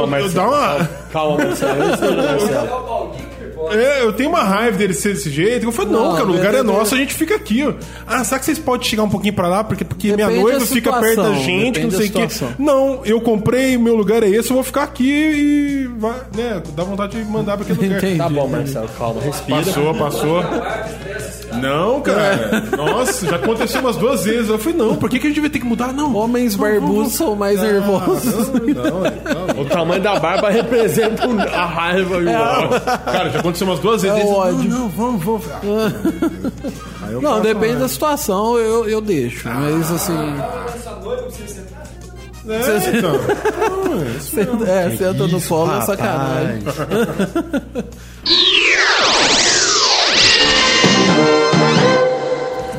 Speaker 5: Eu- eu
Speaker 6: Marcelo.
Speaker 5: dá uma...
Speaker 6: Calma, Marcelo. eu entendo, Marcelo.
Speaker 5: É, eu tenho uma raiva dele ser desse jeito. Eu falei, não,
Speaker 4: Não,
Speaker 5: cara, o lugar é
Speaker 4: verdadeiro.
Speaker 5: nosso, a gente fica aqui, ó. Ah, será que vocês podem chegar um pouquinho pra lá? Porque, porque minha
Speaker 4: Depende
Speaker 5: noiva
Speaker 4: da
Speaker 5: fica
Speaker 4: situação,
Speaker 5: perto da gente, que não
Speaker 4: depende
Speaker 5: sei o
Speaker 4: da
Speaker 5: quê.
Speaker 4: situação.
Speaker 5: Não, eu comprei, meu lugar é esse, eu vou ficar aqui e vai, né, dá vontade de mandar pra aquele lugar.
Speaker 4: Entendi.
Speaker 6: Tá bom, Marcelo, calma, respira.
Speaker 5: Passou, passou. Não, cara.
Speaker 4: É.
Speaker 5: Nossa, já aconteceu umas duas vezes. Eu falei, não, por que, que a gente vai ter que mudar? Não.
Speaker 4: Homens barbudos são
Speaker 5: Ah,
Speaker 4: mais nervosos.
Speaker 5: Não, não,
Speaker 6: O tamanho da barba representa um- o- a raiva e o ódio.
Speaker 5: Cara, já aconteceu umas duas vezes.
Speaker 4: É
Speaker 5: Eles,
Speaker 4: ódio.
Speaker 5: Não, não, vamos, vamos. Ah,
Speaker 4: Não, depende da situação, eu, eu
Speaker 5: Ah.
Speaker 4: deixo. Mas assim.
Speaker 5: é, então.
Speaker 4: É, senta no colo é sacanagem.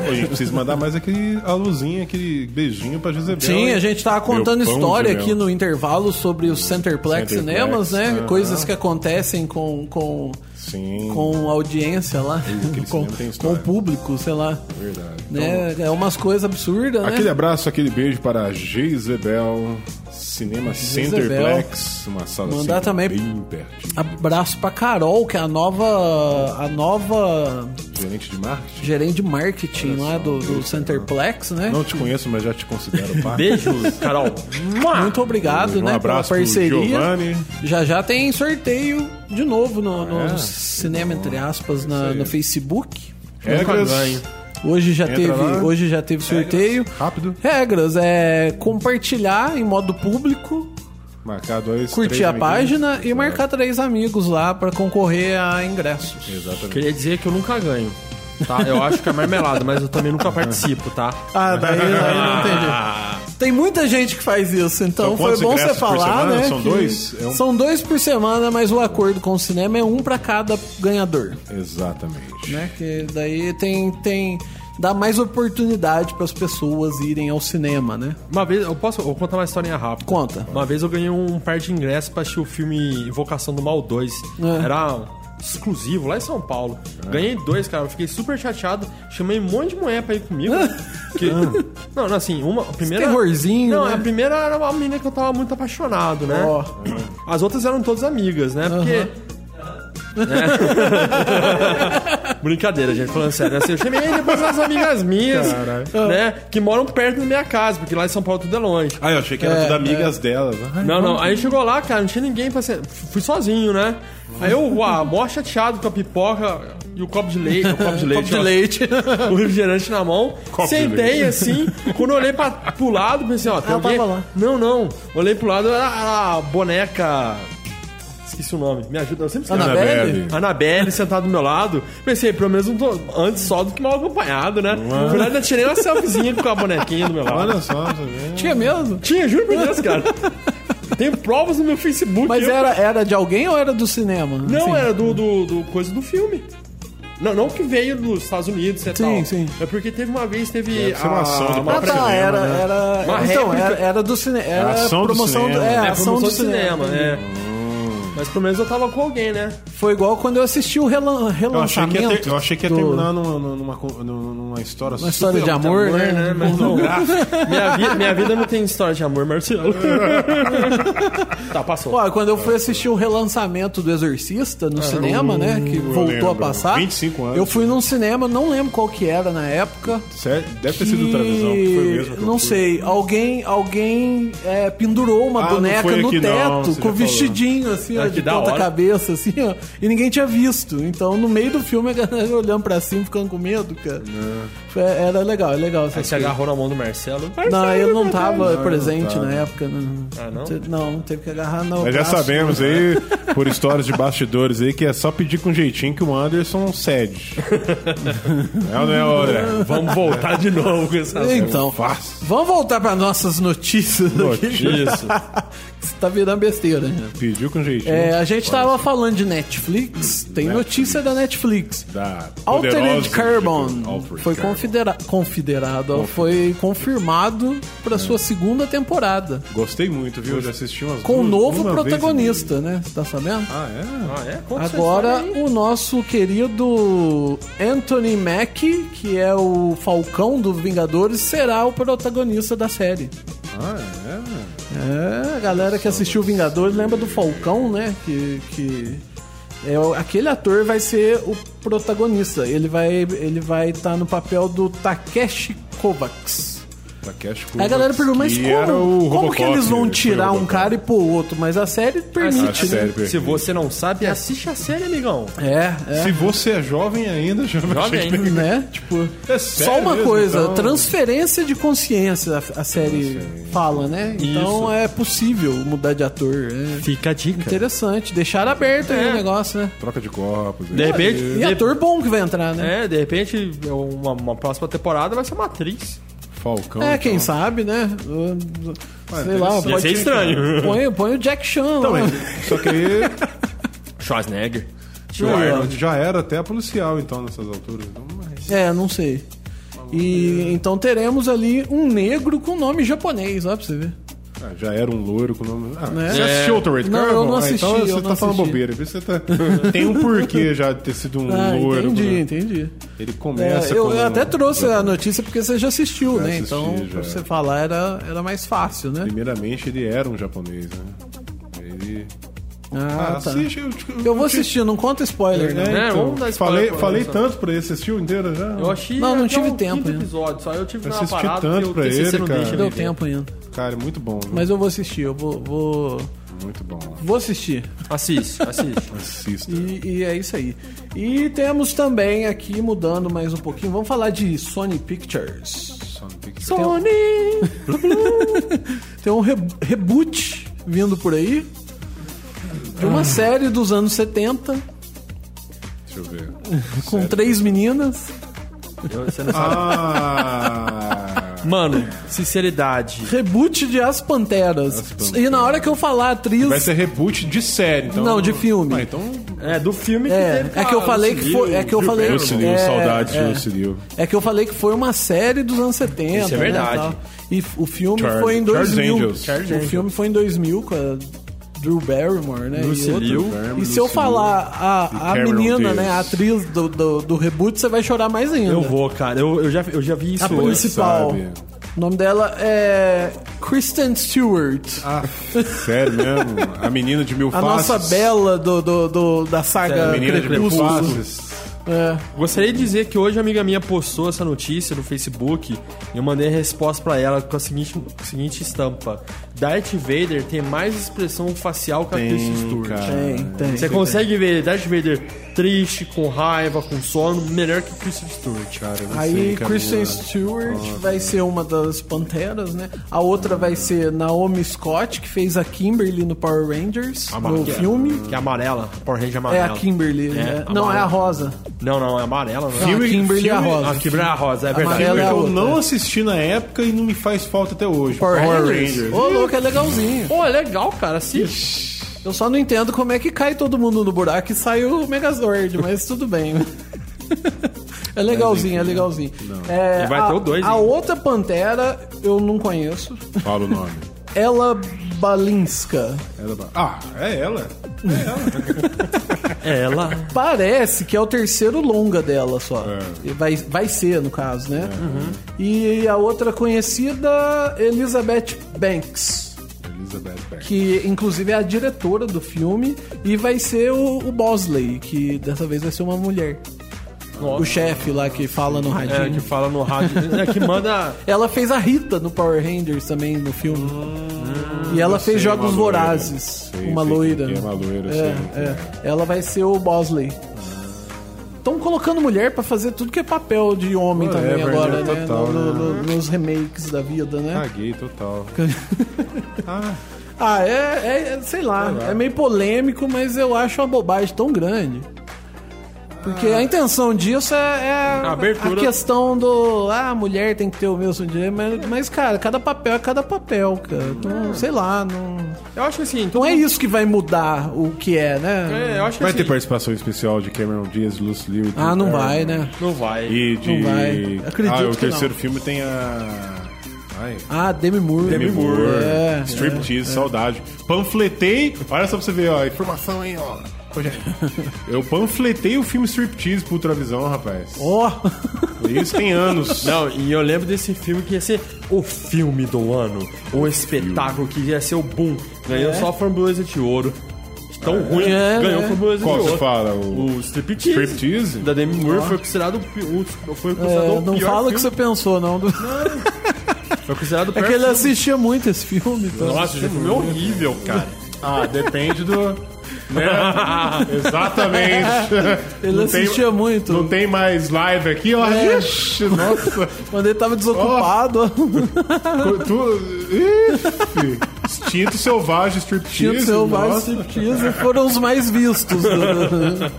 Speaker 5: Pô, A gente precisa mandar mais aquele aluzinho, aquele beijinho pra Jezebel.
Speaker 4: Sim,
Speaker 5: hein?
Speaker 4: a gente tava contando
Speaker 5: Meu pão
Speaker 4: história
Speaker 5: de mel.
Speaker 4: aqui no intervalo sobre os Centerplex,
Speaker 5: Centerplex,
Speaker 4: Cinemas, né?
Speaker 5: aham.
Speaker 4: Coisas que acontecem com, com,
Speaker 5: Sim.
Speaker 4: com audiência lá,
Speaker 5: aquele
Speaker 4: com,
Speaker 5: cinema tem
Speaker 4: com o
Speaker 5: história.
Speaker 4: público, sei lá.
Speaker 5: Verdade. Então,
Speaker 4: Né? É umas coisas absurdas, né?
Speaker 5: Aquele é- abraço, aquele beijo para Jezebel, Cinema
Speaker 4: Jezebel.
Speaker 5: Centerplex, uma sala
Speaker 4: Mandar
Speaker 5: assim,
Speaker 4: também-
Speaker 5: bem pertinho.
Speaker 4: Abraço pra Carol, que é a nova, a nova
Speaker 5: Gerente de marketing.
Speaker 4: gerente de marketing lá do, do Centerplex, né?
Speaker 5: Não te conheço, mas já te considero parte.
Speaker 6: Beijo, Carol.
Speaker 4: Muito obrigado,
Speaker 5: Um
Speaker 4: né,
Speaker 5: abraço
Speaker 4: pela
Speaker 5: pro
Speaker 4: parceria.
Speaker 5: Giovanni.
Speaker 4: Já já tem sorteio de novo no, no
Speaker 5: é?
Speaker 4: cinema, entre aspas, na- no Facebook.
Speaker 6: É,
Speaker 5: Regras.
Speaker 4: Hoje já,
Speaker 5: Entra
Speaker 4: teve,
Speaker 5: lá.
Speaker 4: hoje já teve sorteio.
Speaker 5: Rápido.
Speaker 4: Regras é compartilhar em modo público,
Speaker 5: Marcar dois.
Speaker 4: curtir
Speaker 5: três
Speaker 4: a
Speaker 5: amiguinhos.
Speaker 4: página e marcar três amigos lá pra concorrer a
Speaker 5: É.
Speaker 4: ingressos.
Speaker 5: Exatamente.
Speaker 6: Queria dizer que eu nunca ganho. Tá? Eu acho que é marmelada, mas eu também nunca participo, tá?
Speaker 4: Ah, daí, daí não entendi. Tem muita gente que faz isso, então
Speaker 5: São
Speaker 4: foi
Speaker 5: quantos
Speaker 4: bom você
Speaker 5: ingressos por
Speaker 4: falar,
Speaker 5: semana?
Speaker 4: né?
Speaker 5: São
Speaker 4: que
Speaker 5: dois? É um-
Speaker 4: São dois por semana, mas o acordo com o cinema é um pra cada ganhador,
Speaker 5: Exatamente.
Speaker 4: né? Que daí tem tem dá mais oportunidade pras pessoas irem ao cinema, né?
Speaker 6: Uma vez, eu posso eu vou contar uma historinha rápida.
Speaker 4: Conta.
Speaker 6: Uma vez eu ganhei um par de ingressos pra assistir o filme Invocação do Mal 2.
Speaker 4: É.
Speaker 6: Era exclusivo, lá em São Paulo. Ganhei dois, cara. Eu fiquei super chateado. Chamei um monte de mulher pra ir comigo. que... Não, não, assim, uma... A primeira...
Speaker 4: Ah. terrorzinho,
Speaker 6: Não, é
Speaker 4: né?
Speaker 6: a primeira era uma menina que eu tava muito apaixonado, né?
Speaker 4: Ó.
Speaker 6: As outras eram todas amigas, né? Porque... É. Brincadeira, gente, falando sério. Assim, eu chamei depois as amigas minhas, né? Que moram perto da minha casa, porque lá em São Paulo tudo é longe.
Speaker 5: Ah, eu achei que era
Speaker 4: É,
Speaker 5: tudo amigas delas. Ai,
Speaker 6: Não, não. Aí chegou lá, cara, não tinha ninguém pra ser. Fui sozinho, né? Aí eu, uau, mó chateado com a pipoca e o copo de leite. O copo de
Speaker 4: Copo
Speaker 6: leite.
Speaker 4: de
Speaker 6: ó,
Speaker 4: leite.
Speaker 6: O refrigerante na mão.
Speaker 5: Copo de
Speaker 6: sentei
Speaker 5: leite.
Speaker 6: assim. Quando eu olhei pra, pro lado, pensei, ó, tem
Speaker 4: Ela
Speaker 6: alguém.
Speaker 4: tava lá.
Speaker 6: Não, não. Olhei pro lado, era a boneca. Esqueci o nome. Me ajuda, eu sempre esqueço.
Speaker 4: Anabelle?
Speaker 6: Anabelle sentada do meu lado. Pensei, pelo menos não tô antes só do que mal acompanhado, né? Na verdade, eu tirei uma selfiezinha com a bonequinha do meu lado.
Speaker 5: Olha só, você vê.
Speaker 4: Tinha mesmo?
Speaker 6: Tinha, juro por Deus, cara. Tem provas no meu Facebook.
Speaker 4: Mas
Speaker 6: eu-
Speaker 4: era, era de alguém ou era do cinema?
Speaker 6: Não,
Speaker 4: Assim.
Speaker 6: era do, do, do coisa do filme. Não, não que veio dos Estados Unidos
Speaker 4: Sim,
Speaker 6: e tal.
Speaker 4: sim.
Speaker 6: É porque teve uma vez, teve.
Speaker 5: Deve ser uma ação do
Speaker 4: Ah,
Speaker 5: próprio
Speaker 4: tá,
Speaker 5: cinema,
Speaker 4: era,
Speaker 5: né?
Speaker 4: era,
Speaker 6: Uma
Speaker 4: então,
Speaker 6: réplica.
Speaker 4: era, era do cinema. Era
Speaker 5: Era ação do
Speaker 4: promoção do,
Speaker 5: cinema.
Speaker 4: é,
Speaker 6: É,
Speaker 4: ação
Speaker 6: promoção
Speaker 4: do
Speaker 6: do
Speaker 4: cinema.
Speaker 6: cinema, né? Mas pelo menos eu tava com alguém, né?
Speaker 4: Foi igual quando eu assisti o relan
Speaker 1: Eu achei,
Speaker 4: relançamento.
Speaker 1: que ia ter- eu achei que ia
Speaker 4: do-
Speaker 1: terminar numa, numa, numa- numa história
Speaker 4: Uma história de amor, né?
Speaker 1: pornográfica.
Speaker 6: Minha, vi- minha vida não tem história de amor, Marcelo. tá, passou.
Speaker 4: Pô, quando eu fui assistir o relançamento do Exorcista no cinema, né? Que
Speaker 5: eu
Speaker 4: voltou
Speaker 5: lembro.
Speaker 4: a passar.
Speaker 5: 25 anos.
Speaker 4: Eu fui
Speaker 1: né?
Speaker 4: num cinema, não lembro qual que era na época.
Speaker 5: Sério? é, Deve ter sido o Travesão, que foi mesmo. que eu
Speaker 4: Não
Speaker 5: fui.
Speaker 4: sei, alguém, alguém é, pendurou uma
Speaker 5: Ah, não
Speaker 4: boneca
Speaker 5: foi
Speaker 4: no
Speaker 5: aqui
Speaker 4: teto,
Speaker 5: não, você já
Speaker 4: com
Speaker 5: falou.
Speaker 4: vestidinho assim, ó,
Speaker 6: Ah, que
Speaker 4: de
Speaker 6: da
Speaker 4: ponta
Speaker 6: hora.
Speaker 4: cabeça, assim, ó, e ninguém tinha visto. Então, no meio do filme, a galera olhando pra cima, ficando com medo, cara.
Speaker 5: Né.
Speaker 4: Foi- era legal, é legal.
Speaker 6: Aí
Speaker 4: essas
Speaker 6: você agarrou na mão do Marcelo.
Speaker 4: coisas. Não, eu não tava presente na época. Não.
Speaker 6: Ah, não?
Speaker 4: Te- Não, não teve que agarrar, não.
Speaker 5: Mas já
Speaker 4: braço.
Speaker 5: sabemos aí, por histórias de bastidores aí, que é só pedir com jeitinho que o Anderson cede. não, não é hora.
Speaker 6: Vamos voltar de novo com essa
Speaker 4: Então,
Speaker 5: Fácil.
Speaker 4: vamos voltar para nossas notícias aqui.
Speaker 6: Isso.
Speaker 4: Isso tá virando besteira, né?
Speaker 5: Pediu com jeitinho.
Speaker 4: É, a gente tava falando de Netflix, tem notícia da Netflix.
Speaker 5: Da
Speaker 4: Altered
Speaker 5: poderosa-
Speaker 4: Carbon
Speaker 5: Altered
Speaker 4: foi
Speaker 5: Carbon.
Speaker 4: confidera confederado, ó, foi confirmado para
Speaker 5: É.
Speaker 4: sua segunda temporada.
Speaker 5: Gostei muito, viu? Eu já assisti umas
Speaker 4: Com o
Speaker 5: duas-
Speaker 4: novo
Speaker 5: uma vez e
Speaker 4: protagonista, né? Você tá sabendo?
Speaker 5: meia. Ah,
Speaker 6: Ah, é? Conta essa
Speaker 4: Agora
Speaker 6: história aí.
Speaker 4: o nosso querido Anthony Mackie, que é o Falcão do Vingadores, será o protagonista da série.
Speaker 5: é? Ah,
Speaker 4: É, a galera que assistiu Vingadores lembra do Falcão, né? Que, que é, o- aquele ator vai ser o protagonista. Ele vai ele vai estar no papel do Takeshi Kovacs.
Speaker 5: é? Takeshi
Speaker 4: Aí a galera pergunta, mas
Speaker 5: que era o
Speaker 4: como, como que
Speaker 5: Robocop,
Speaker 4: eles vão
Speaker 5: ele foi o
Speaker 4: tirar um
Speaker 5: Robocop.
Speaker 4: cara e pôr o outro? Mas a série
Speaker 5: Ah,
Speaker 4: permite, né?
Speaker 5: sério, perfeito.
Speaker 6: Se você não sabe, assiste a série, amigão.
Speaker 4: É, é.
Speaker 5: Se você é jovem ainda, já vai
Speaker 6: Jovem.
Speaker 5: chegar-
Speaker 4: Né? Tipo,
Speaker 5: É
Speaker 4: só
Speaker 5: sério
Speaker 4: uma
Speaker 5: mesmo,
Speaker 4: coisa,
Speaker 5: então?
Speaker 4: transferência de consciência a, a série fala, né? Então
Speaker 6: Isso.
Speaker 4: é possível mudar de ator. é.
Speaker 6: Fica a dica.
Speaker 4: Interessante, deixar aberto aí
Speaker 6: É.
Speaker 4: o negócio, né?
Speaker 5: Troca de corpos.
Speaker 6: De repente.
Speaker 4: E ator bom que vai entrar, né?
Speaker 6: É, de repente, uma, uma próxima temporada vai ser uma atriz.
Speaker 5: Falcão.
Speaker 4: É, quem
Speaker 5: então. Ah,
Speaker 4: sabe, né? Sei lá,
Speaker 5: interessante.
Speaker 6: Ia ser
Speaker 4: pode...
Speaker 6: estranho.
Speaker 4: Põe, põe o Jack Chan lá.
Speaker 5: Só que aí
Speaker 6: Schwarzenegger.
Speaker 5: já, já era até policial, então, nessas alturas. Então, mas-
Speaker 4: É, não sei. E então teremos ali um negro com nome japonês, ó, pra você ver.
Speaker 5: ah, já era um loiro com o nome. Ah,
Speaker 4: Né?
Speaker 5: Você
Speaker 4: É.
Speaker 5: assistiu Altered
Speaker 4: Não,
Speaker 5: Carbon?
Speaker 4: eu não
Speaker 5: Ah,
Speaker 4: assisti,
Speaker 5: então
Speaker 4: eu
Speaker 5: você
Speaker 4: não
Speaker 5: tá falando
Speaker 4: assisti.
Speaker 5: bobeira. viu? Você tá... Tem um porquê já de ter sido um
Speaker 4: Ah,
Speaker 5: loiro.
Speaker 4: entendi,
Speaker 5: né?
Speaker 4: entendi.
Speaker 5: Ele
Speaker 4: É,
Speaker 5: começa
Speaker 4: eu,
Speaker 5: com...
Speaker 4: eu até trouxe a notícia porque você já assistiu,
Speaker 5: Já
Speaker 4: né?
Speaker 5: assisti,
Speaker 4: então,
Speaker 5: já.
Speaker 4: pra você falar era, era mais fácil, né?
Speaker 5: Primeiramente, ele era um japonês, né? Ele...
Speaker 4: Ah, tá.
Speaker 5: assiste. Eu,
Speaker 4: Eu vou assistir, não conta spoiler, né?
Speaker 5: É,
Speaker 6: É,
Speaker 5: então,
Speaker 6: vamos dar spoiler
Speaker 5: falei
Speaker 6: pra ele,
Speaker 5: falei
Speaker 6: só.
Speaker 5: tanto pra ele, você assistiu inteiro já?
Speaker 6: Eu achei.
Speaker 4: Não, não
Speaker 6: até
Speaker 4: tive
Speaker 6: o
Speaker 4: tempo
Speaker 6: quinto
Speaker 4: ainda.
Speaker 6: episódio, só eu tive
Speaker 5: Eu
Speaker 6: uma
Speaker 5: assisti
Speaker 6: parada
Speaker 5: tanto
Speaker 6: que eu
Speaker 5: pra
Speaker 6: pensei,
Speaker 5: ele,
Speaker 6: você não
Speaker 5: cara.
Speaker 6: deixa me
Speaker 4: Deu
Speaker 6: ver.
Speaker 4: tempo ainda.
Speaker 5: Cara, é muito bom. viu?
Speaker 4: Mas eu vou assistir, eu vou- vou,
Speaker 5: Muito bom.
Speaker 4: vou assistir.
Speaker 6: Assiste, assiste.
Speaker 5: Assista.
Speaker 4: E, e é isso aí. E temos também aqui, mudando mais um pouquinho, vamos falar de Sony Pictures. Sony! Tem um re- reboot vindo por aí de uma série dos anos 70
Speaker 5: Deixa eu ver.
Speaker 4: com três meninas.
Speaker 6: Eu- você não sabe.
Speaker 5: Ah!
Speaker 6: Mano, sinceridade.
Speaker 4: Reboot de As Panteras. E na hora que eu falar a atriz.
Speaker 5: Vai ser reboot de série, então.
Speaker 4: Não, de filme.
Speaker 5: Ah, então.
Speaker 6: É, do filme que
Speaker 4: É,
Speaker 6: teve.
Speaker 4: é que eu
Speaker 6: com a
Speaker 4: falei que
Speaker 6: Lucille
Speaker 4: foi. É que eu falei.
Speaker 5: Lucille Liu,
Speaker 4: é,
Speaker 5: saudade de
Speaker 4: é.
Speaker 5: Lucille Liu.
Speaker 4: É que eu falei que foi uma série dos anos 70.
Speaker 6: Isso é verdade.
Speaker 4: né, e tal. e o filme
Speaker 5: Charles-
Speaker 4: foi em
Speaker 5: Charles
Speaker 4: 2000.
Speaker 5: Angels.
Speaker 6: Charles
Speaker 4: o
Speaker 6: Angels.
Speaker 4: filme foi em 2000 com a Drew Barrymore, né?
Speaker 6: Lucy
Speaker 4: e outros.
Speaker 6: Liu.
Speaker 4: E se eu falar a, a
Speaker 5: Cameron
Speaker 4: menina,
Speaker 5: Diaz.
Speaker 4: né? A atriz do, do, do reboot, você vai chorar mais ainda.
Speaker 6: Eu vou, cara. Eu, eu já, eu já vi isso
Speaker 4: A
Speaker 6: hoje.
Speaker 4: principal.
Speaker 5: sabe?
Speaker 4: O nome dela é Kristen Stewart.
Speaker 5: Ah, sério mesmo? A menina de mil
Speaker 4: A
Speaker 5: faces.
Speaker 4: nossa bela do, do, do- da saga
Speaker 5: A menina de mil
Speaker 4: Crepúsculo. É,
Speaker 5: faces.
Speaker 6: Gostaria de dizer que hoje uma amiga minha postou essa notícia no Facebook e eu mandei a resposta pra ela com a seguinte, com a seguinte estampa: Darth Vader tem mais expressão facial que a Kristen Stewart.
Speaker 5: cara.
Speaker 4: Tem, tem.
Speaker 6: Você consegue ver Darth Vader triste, com raiva, com sono, melhor que Kristen Stewart.
Speaker 5: Cara, eu não sei,
Speaker 4: Aí
Speaker 5: cara,
Speaker 4: Kristen
Speaker 5: minha-
Speaker 4: Stewart vai ser uma das panteras, né? A outra vai ser Naomi Scott, que fez a Kimberly no Power Rangers, no
Speaker 6: que é-
Speaker 4: filme.
Speaker 6: Que é amarela, a Power Ranger
Speaker 4: É
Speaker 6: amarela.
Speaker 4: a Kimberly, né?
Speaker 6: a
Speaker 4: Não, é
Speaker 6: amarela.
Speaker 4: a Rosa.
Speaker 6: Não, não, é amarela. Não.
Speaker 4: Não, a Kimberly é a Rosa.
Speaker 6: Ah, que bra- rosa, é verdade.
Speaker 4: Amarela
Speaker 5: Filme
Speaker 4: é
Speaker 5: que
Speaker 4: a
Speaker 5: eu
Speaker 4: outra.
Speaker 5: não assisti na época e não me faz falta até hoje.
Speaker 6: é
Speaker 4: Power, Rangers. Ô, louco, é legalzinho.
Speaker 6: Pô, é legal, cara, assiste.
Speaker 4: Eu só não entendo como é que cai todo mundo no buraco e sai o Megazord, mas tudo bem. É legalzinho, é legalzinho. É,
Speaker 6: E vai
Speaker 4: a,
Speaker 6: ter o dois,
Speaker 4: A
Speaker 6: hein?
Speaker 4: outra pantera eu não conheço.
Speaker 5: Fala o nome.
Speaker 4: Ela Balinska.
Speaker 5: Ela- Ah, é ela.
Speaker 6: Ela.
Speaker 4: Parece que é o terceiro longa dela só.
Speaker 5: É.
Speaker 4: E Vai, vai ser, no caso, né? E a outra conhecida, Elizabeth Banks.
Speaker 5: Elizabeth Banks.
Speaker 4: Que inclusive é a diretora do filme. E vai ser o, o Bosley, que dessa vez vai ser uma mulher. O chefe lá que fala no
Speaker 6: É, que
Speaker 5: tipo-
Speaker 4: radinho.
Speaker 6: fala no rádio. É, que manda.
Speaker 4: Ela fez a Rita no Power Rangers também, no filme. e ela fez
Speaker 5: Hum, sei,
Speaker 4: Jogos
Speaker 5: uma loira.
Speaker 4: Vorazes.
Speaker 5: Sei,
Speaker 4: uma
Speaker 5: sei
Speaker 4: loira.
Speaker 5: quem que é uma loira,
Speaker 4: É,
Speaker 5: sei quem que
Speaker 4: é. Ela vai ser o Bosley. Estão colocando mulher pra fazer tudo que é papel de homem
Speaker 5: Whatever,
Speaker 4: também agora,
Speaker 5: né?
Speaker 4: né?
Speaker 5: Total,
Speaker 4: No-
Speaker 5: né?
Speaker 4: no- no- nos remakes da vida, né?
Speaker 5: Caguei total.
Speaker 4: Ah, é, é- é- sei, lá, É meio polêmico, mas eu acho uma bobagem tão grande. Porque a intenção disso é, é a,
Speaker 6: abertura.
Speaker 4: questão do. Ah, a mulher tem que ter o mesmo direito. Mas, mas, cara, cada papel é cada papel, cara. Não, sei lá, não.
Speaker 6: Eu acho que assim. Então
Speaker 4: Não é isso que vai mudar o que é, né?
Speaker 6: É, eu acho que
Speaker 5: Vai
Speaker 6: assim,
Speaker 5: ter participação especial de Cameron Diaz, Lucy Liu.
Speaker 4: Ah, não
Speaker 5: Drew
Speaker 4: vai,
Speaker 5: Barrymore.
Speaker 4: né?
Speaker 6: Não vai.
Speaker 5: E de.
Speaker 4: Não vai. Acredito
Speaker 5: ah, o
Speaker 4: que
Speaker 5: terceiro filme tem a. Ai.
Speaker 4: Ah, Demi Moore.
Speaker 5: Demi Moore,
Speaker 4: É,
Speaker 5: Striptease, saudade. Panfletei, olha só pra você ver, ó, informação aí, ó. Rogério. Eu panfletei o filme Striptease pro Ultravisão, rapaz.
Speaker 4: Ó,
Speaker 5: Isso tem anos.
Speaker 6: Não, e eu lembro desse filme que ia ser o filme do ano, o espetáculo que ia ser o boom. Ganhou só a framboesa de ouro. De Tão ruim,
Speaker 4: É,
Speaker 6: ganhou a
Speaker 4: é.
Speaker 6: framboesa de
Speaker 5: Qual você
Speaker 6: ouro.
Speaker 5: fala? O,
Speaker 6: O striptease.
Speaker 5: Striptease?
Speaker 6: Da Demi Moore foi considerado o pi- o, foi considerado
Speaker 4: é,
Speaker 6: o
Speaker 4: não
Speaker 6: pior
Speaker 4: fala o que você
Speaker 6: filme.
Speaker 4: pensou, não.
Speaker 6: Foi considerado o
Speaker 4: É
Speaker 6: pior
Speaker 4: que ele
Speaker 6: filme.
Speaker 4: assistia muito esse filme. Então.
Speaker 6: Nossa, esse filme é horrível, cara.
Speaker 5: Ah, depende do. né? Exatamente.
Speaker 4: Ele
Speaker 5: Não tem-
Speaker 4: assistia muito.
Speaker 5: Não tem mais live aqui, ó.
Speaker 4: É.
Speaker 5: Ixi, nossa.
Speaker 4: Quando ele tava desocupado,
Speaker 5: Co- tu... Ixi. Instinto selvagem,
Speaker 4: tinha o
Speaker 5: striptease.
Speaker 4: seu vários
Speaker 5: nossa.
Speaker 4: striptease foram os mais vistos. do-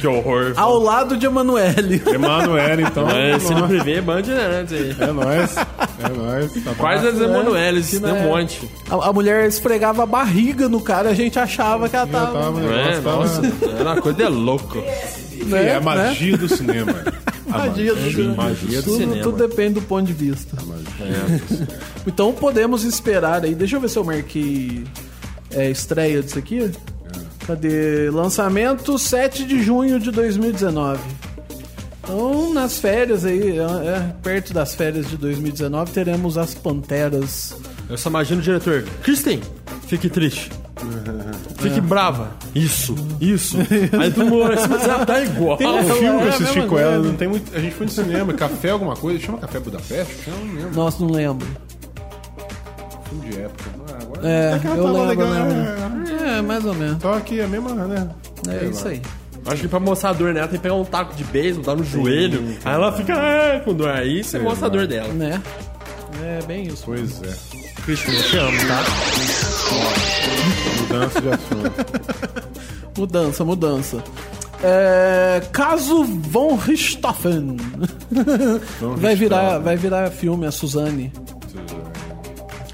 Speaker 6: Que horror.
Speaker 4: Ao lado de Emanuele.
Speaker 5: Emanuel, então.
Speaker 6: É, se não prever, bande né?
Speaker 5: É nóis. É nóis. Tá bom.
Speaker 6: Quais as Emanueles?
Speaker 4: que
Speaker 6: Tem um
Speaker 4: não é.
Speaker 6: monte.
Speaker 4: A, a mulher esfregava a barriga no cara, a gente achava que ela
Speaker 5: Já
Speaker 4: tava.
Speaker 5: tava, o Tá negócio
Speaker 6: É,
Speaker 5: tava-
Speaker 6: nossa, era uma coisa de louco.
Speaker 4: né,
Speaker 5: É a
Speaker 4: né?
Speaker 5: magia do cinema. A
Speaker 4: Magia do cinema.
Speaker 5: magia do
Speaker 4: Tudo,
Speaker 6: cinema.
Speaker 4: tudo depende do ponto de vista. Então podemos esperar aí. Deixa eu ver se eu marquei é, estreia disso aqui.
Speaker 5: É.
Speaker 4: Cadê? Lançamento 7 de junho de 2019. Então, nas férias aí, é, é, perto das férias de 2019, teremos as Panteras.
Speaker 6: Eu só imagino o diretor. Kristen, fique triste. Fique brava. Isso, isso. Aí tu mora, ela tá igual.
Speaker 5: O filme que eu
Speaker 4: É,
Speaker 5: assisti
Speaker 4: mesmo,
Speaker 5: com ela,
Speaker 4: mesmo.
Speaker 5: não tem muito. A gente foi no cinema, café alguma coisa, chama café Budapeste? Chama mesmo,
Speaker 4: Nossa, não lembro.
Speaker 5: filme de época. Ah, agora
Speaker 4: É,
Speaker 5: Até que ela
Speaker 4: eu
Speaker 5: tava
Speaker 4: lembro,
Speaker 5: legal, né?
Speaker 4: lembro. É, mais ou menos.
Speaker 5: Só que é a mesma, né?
Speaker 4: É isso aí.
Speaker 6: Acho que pra mostrar a dor nela tem que pegar um taco de beisebol, dar no joelho. Aí ela fica ah, com dor. Aí você mostra a dor dela.
Speaker 4: Né? É bem isso.
Speaker 5: Pois é.
Speaker 6: Kristen, eu te amo, tá?
Speaker 5: Mudança de assunto.
Speaker 4: Mudança, mudança. É, caso Von Richthofen. vai, virar, vai virar filme a Suzane.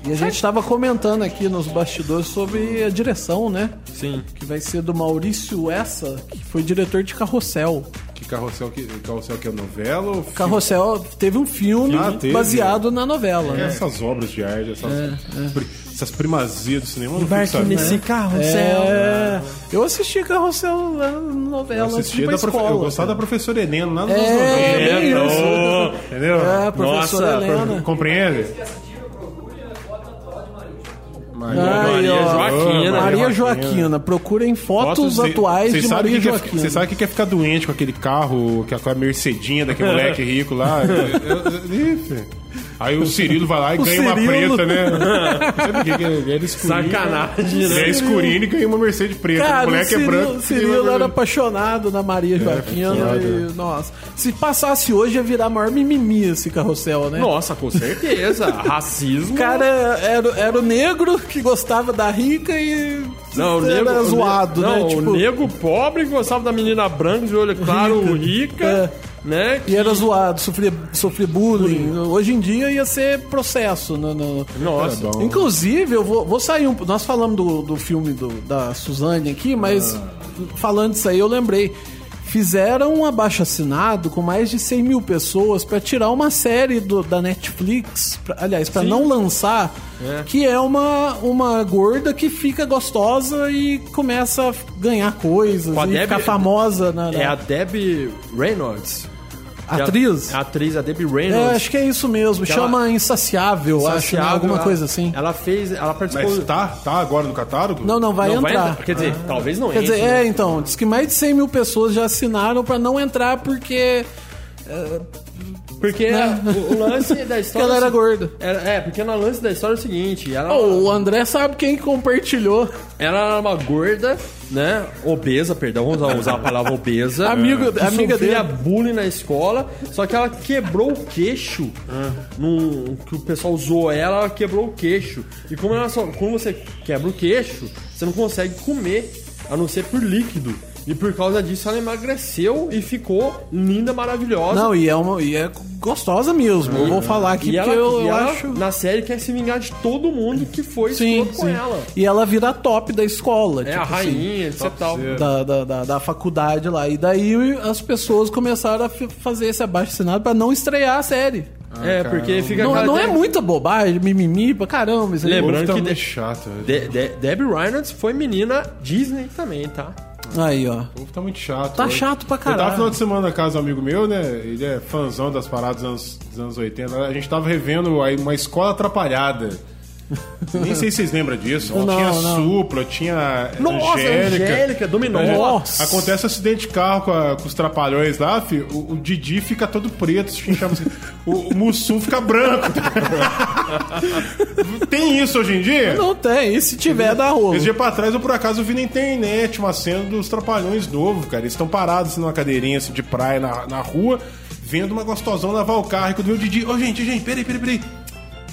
Speaker 4: E a gente estava comentando aqui nos bastidores sobre a direção, né?
Speaker 6: Sim.
Speaker 4: Que vai ser do Maurício Essa, que foi diretor de Carrossel.
Speaker 5: Que carrossel que, carrossel que é novela ou filme?
Speaker 4: Carrossel teve um filme
Speaker 5: Ah, teve. É.
Speaker 4: baseado na novela, né?
Speaker 5: Essas obras de arte, essas,
Speaker 4: É,
Speaker 5: pri- essas primazias do cinema, eu não fico
Speaker 6: Embarque
Speaker 5: sabendo.
Speaker 6: nesse carro,
Speaker 4: É, eu assisti Carrossel lá na
Speaker 5: Eu
Speaker 4: novela antes de ir
Speaker 5: assistia
Speaker 4: pra
Speaker 5: da profe-
Speaker 4: escola.
Speaker 5: eu gostava da professora Helena lá nos anos
Speaker 4: É,
Speaker 5: 90.
Speaker 4: bem
Speaker 6: não.
Speaker 4: isso.
Speaker 5: Entendeu?
Speaker 4: É, a professora
Speaker 6: Nossa,
Speaker 4: Helena.
Speaker 5: Compreende?
Speaker 4: Aí,
Speaker 6: Maria
Speaker 4: ó.
Speaker 6: Joaquina.
Speaker 4: Maria Joaquina. Procurem fotos, atuais de Maria
Speaker 5: que
Speaker 4: Joaquina.
Speaker 5: Você sabe que quer ficar doente com aquele carro, que é com a Mercedinha daquele moleque rico lá? Eu- eu- Ixi. Aí o Cirilo vai lá e
Speaker 4: O
Speaker 5: ganha uma
Speaker 4: Cirilo.
Speaker 5: preta, né? Sabe por que que ele era escurinho?
Speaker 6: Sacanagem,
Speaker 5: Ele é
Speaker 6: né?
Speaker 5: escurinho e ganha uma Mercedes preta.
Speaker 4: Cara,
Speaker 5: o
Speaker 4: o
Speaker 5: moleque
Speaker 4: Cirilo,
Speaker 5: é branco.
Speaker 4: Cirilo era apaixonado na Maria Joaquina. e, nossa, se passasse hoje ia virar maior mimimi esse carrossel, né?
Speaker 6: Nossa, com certeza.
Speaker 4: O
Speaker 6: Racismo.
Speaker 4: cara era, era o negro que gostava da rica e
Speaker 6: Não, o
Speaker 4: era
Speaker 6: nego, o ne-
Speaker 4: zoado, né?
Speaker 6: não,
Speaker 4: Tipo,
Speaker 6: O nego pobre que gostava da menina branca de olho claro, rica, né?
Speaker 4: E era zoado, sofria, sofria bullying. Hoje em dia ia ser processo. No, no-
Speaker 6: Nossa.
Speaker 5: Bom.
Speaker 4: Inclusive, eu vou, vou sair um. Nós
Speaker 6: Ah.
Speaker 4: falamos do, do filme do- da Suzane aqui, mas falando disso aí, eu lembrei. fizeram um abaixo-assinado com mais de 100 mil pessoas pra tirar uma série do- da Netflix, pra- aliás, pra não lançar, que é uma, uma gorda que fica gostosa e começa a ganhar coisas
Speaker 6: Com a
Speaker 4: e
Speaker 6: Debbie-
Speaker 4: ficar famosa na, na-
Speaker 6: É a Debbie Reynolds. é
Speaker 4: atriz.
Speaker 6: A, a atriz, a Debbie
Speaker 4: É,
Speaker 6: Reynolds.
Speaker 4: acho que é isso mesmo.
Speaker 6: Aquela-
Speaker 4: Chama Insaciável, acho, né?
Speaker 6: Saciável,
Speaker 4: alguma
Speaker 6: ela-
Speaker 4: coisa assim.
Speaker 6: Ela fez. Ela participou.
Speaker 5: Mas tá, tá agora no catálogo?
Speaker 4: Não, não, vai
Speaker 6: não
Speaker 4: entrar. Ah.
Speaker 6: Quer dizer, talvez não
Speaker 4: Quer
Speaker 6: entre. né?
Speaker 4: dizer, é, então, diz que mais de 100 mil pessoas já assinaram pra não entrar porque
Speaker 6: Porque o, o lance da história.
Speaker 4: é, né? ela era gorda.
Speaker 6: Era- é, porque no lance da história é o seguinte: ela,
Speaker 4: Ô, o André sabe quem compartilhou.
Speaker 6: ela era uma gorda, né? Obesa, perdão, vamos usar- usar a palavra obesa.
Speaker 4: Amigo-
Speaker 6: que
Speaker 4: amiga
Speaker 6: sofria
Speaker 4: dele.
Speaker 6: bullying na escola, só que ela quebrou o queixo.
Speaker 4: Ah.
Speaker 6: num- que o pessoal usou ela, ela quebrou o queixo. E como, ela só, como você quebra o queixo, você não consegue comer, a não ser por líquido. E por causa disso ela emagreceu e ficou linda, maravilhosa.
Speaker 4: Não, e é, uma, e é gostosa mesmo. Eu vou falar aqui
Speaker 6: E
Speaker 4: porque
Speaker 6: ela,
Speaker 4: eu, eu
Speaker 6: e ela,
Speaker 4: acho.
Speaker 6: na série, quer se vingar de todo mundo que foi
Speaker 4: Sim,
Speaker 6: escroto com
Speaker 4: sim.
Speaker 6: ela.
Speaker 4: E ela vira top da escola.
Speaker 6: É
Speaker 4: tipo
Speaker 6: a
Speaker 4: assim,
Speaker 6: rainha, etc. tal.
Speaker 4: da, da, da, da faculdade lá. E daí as pessoas começaram a f- fazer esse abaixo-assinado pra não estrear a série.
Speaker 6: é, porque fica...
Speaker 4: Não,
Speaker 6: aquela
Speaker 4: não é
Speaker 6: ideia-
Speaker 4: muita bobagem, mimimi, pra caramba. Isso aí.
Speaker 6: Lembra-
Speaker 5: Lembrando
Speaker 6: Lembrando
Speaker 5: tá
Speaker 6: que
Speaker 5: muito
Speaker 6: de-
Speaker 5: chato. velho.
Speaker 6: De, de, Debbie Reynolds foi menina Disney também, tá?
Speaker 4: Aí, ó.
Speaker 5: O povo tá muito chato.
Speaker 4: Tá
Speaker 5: hoje.
Speaker 4: chato pra
Speaker 5: Eu tava
Speaker 4: caralho.
Speaker 5: final de semana na casa de um amigo meu, né? Ele é fãzão das paradas dos anos, dos anos 80. A gente tava revendo aí uma escola atrapalhada. Nem sei se vocês lembram disso.
Speaker 4: Não,
Speaker 5: tinha
Speaker 4: não.
Speaker 5: Supla, tinha
Speaker 6: Nossa,
Speaker 5: Angélica.
Speaker 6: Angélica, Dominó.
Speaker 4: Nossa.
Speaker 5: Acontece um acidente de carro com, a- com os trapalhões lá, filho. O, o Didi fica todo preto. se chama assim. O, o Mussum fica branco. Tem isso hoje em dia?
Speaker 4: Não tem. E se tiver, dá rolo.
Speaker 5: Esse dia pra trás, eu por acaso vi na internet uma cena dos Trapalhões novo, cara. Eles estão parados assim, numa cadeirinha assim, de praia na, na rua, vendo uma gostosão lavar o carro. E quando vê o Didi, ô gente, gente, peraí, peraí, peraí.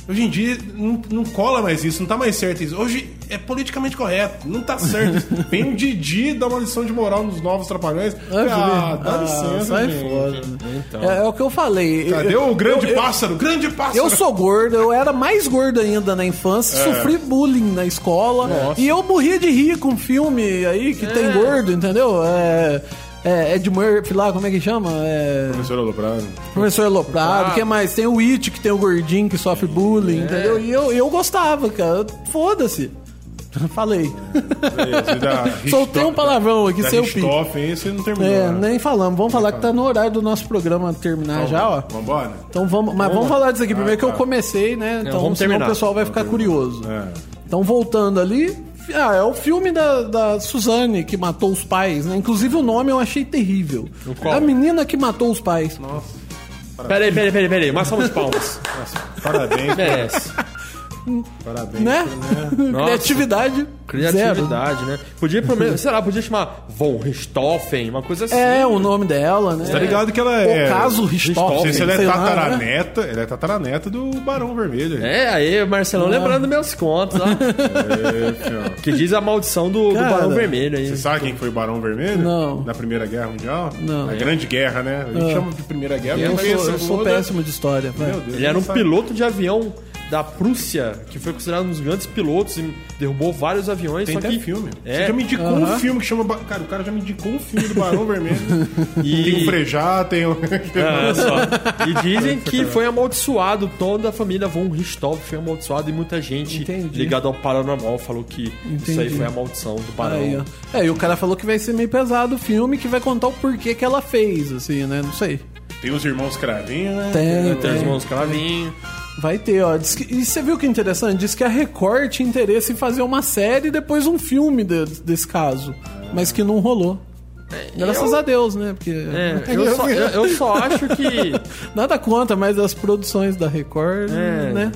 Speaker 5: Hoje em dia não, não cola mais isso, não tá mais certo isso. Hoje é politicamente correto, não tá certo. isso. Vem o Didi dar uma lição de moral nos novos Trapalhões. Ah, dá licença,
Speaker 4: sai
Speaker 5: gente.
Speaker 4: fora.
Speaker 5: Então.
Speaker 4: É, é o que eu falei.
Speaker 5: Cadê
Speaker 4: eu,
Speaker 5: o grande
Speaker 4: eu- eu-
Speaker 5: pássaro? Grande pássaro!
Speaker 4: Eu sou gordo, eu era mais gordo ainda na infância,
Speaker 5: É.
Speaker 4: sofri bullying na escola. E eu morria de rir com um filme aí que tem gordo, entendeu? É, é Ed Murphy lá, como é que chama? É,
Speaker 5: Professor Aloprano.
Speaker 4: Professor Eloprado, o que mais? Tem o It, que tem o gordinho que sofre
Speaker 5: É.
Speaker 4: bullying, entendeu? E eu, eu gostava, cara. Foda-se. Falei. Soltei um palavrão aqui,
Speaker 5: da
Speaker 4: seu pico.
Speaker 5: Richthofen, esse não terminou.
Speaker 4: É,
Speaker 5: né?
Speaker 4: nem falamos. Vamos falar que tá no horário do nosso programa terminar já, ó.
Speaker 5: Vambora?
Speaker 4: Então vamos, mas vamos falar disso aqui primeiro que eu
Speaker 5: tá.
Speaker 4: comecei, né? Então
Speaker 6: vamos
Speaker 4: senão
Speaker 6: terminar.
Speaker 4: o pessoal vai ficar curioso. Então voltando ali, ah, é o filme da, da Suzane que matou os pais, né? Inclusive o nome eu achei terrível.
Speaker 6: qual?
Speaker 4: A menina que matou os pais.
Speaker 6: Peraí, peraí, peraí, peraí. Mas somos palmas.
Speaker 5: Parabéns,
Speaker 6: Merece.
Speaker 5: parabéns.
Speaker 4: né? Criatividade. Zero.
Speaker 6: Criatividade, né? Podia, pelo menos, sei lá, podia chamar Von Richthofen, uma coisa assim.
Speaker 4: É o nome dela, né?
Speaker 5: Tá ligado que ela é.
Speaker 4: O caso
Speaker 5: Não
Speaker 4: Ristoffen,
Speaker 5: sei se ela é
Speaker 4: sei lá, né?
Speaker 5: tataraneta. Ela é tataraneta do Barão Vermelho.
Speaker 6: É, aí, Marcelão lembrando meus contos, ó.
Speaker 5: É, tio.
Speaker 6: que diz a maldição do, do
Speaker 4: Cara.
Speaker 6: Barão Vermelho aí.
Speaker 5: Você sabe quem foi o Barão Vermelho?
Speaker 4: Não.
Speaker 5: Na Primeira Guerra Mundial?
Speaker 4: Não. Ah.
Speaker 5: Na Grande Guerra, né? A gente chama de Primeira Guerra,
Speaker 4: É, Eu
Speaker 5: mas
Speaker 4: sou,
Speaker 5: essa
Speaker 4: eu sou
Speaker 5: toda-
Speaker 4: péssimo de história. vai.
Speaker 5: Meu Deus,
Speaker 6: Ele era um
Speaker 5: não sabe.
Speaker 6: piloto de avião da Prússia, que foi considerado um dos grandes pilotos e derrubou vários aviões.
Speaker 5: Tem
Speaker 6: só
Speaker 5: até
Speaker 6: que
Speaker 5: filme. Você
Speaker 6: É,
Speaker 5: já me indicou
Speaker 4: Aham.
Speaker 5: um filme que chama. Ba- Cara, o cara já me indicou um filme do Barão Vermelho. Tem o
Speaker 6: e,
Speaker 5: Frejá, tem o.
Speaker 6: Ah, só. e dizem que foi amaldiçoado. Toda a família Von Richthofen foi amaldiçoada e muita gente
Speaker 4: Entendi.
Speaker 6: ligada ao paranormal falou que isso aí
Speaker 4: Entendi.
Speaker 6: foi a maldição do barão.
Speaker 4: Aí, ó. É, e o cara falou que vai ser meio pesado o filme, que vai contar o porquê que ela fez, assim, né? Não sei.
Speaker 5: Tem os irmãos Cravinho, né?
Speaker 4: Tem,
Speaker 6: Tem os
Speaker 4: tem.
Speaker 6: mãos cravinhos.
Speaker 4: Vai ter, ó. Diz que- e você viu que é interessante? Diz que a Record tinha interesse em fazer uma série e depois um filme de- desse caso. Mas que não rolou. Graças a Deus, né? Porque.
Speaker 6: É, eu, só, eu, eu só acho que.
Speaker 4: Nada conta, mas as produções da Record,
Speaker 6: É.
Speaker 4: né?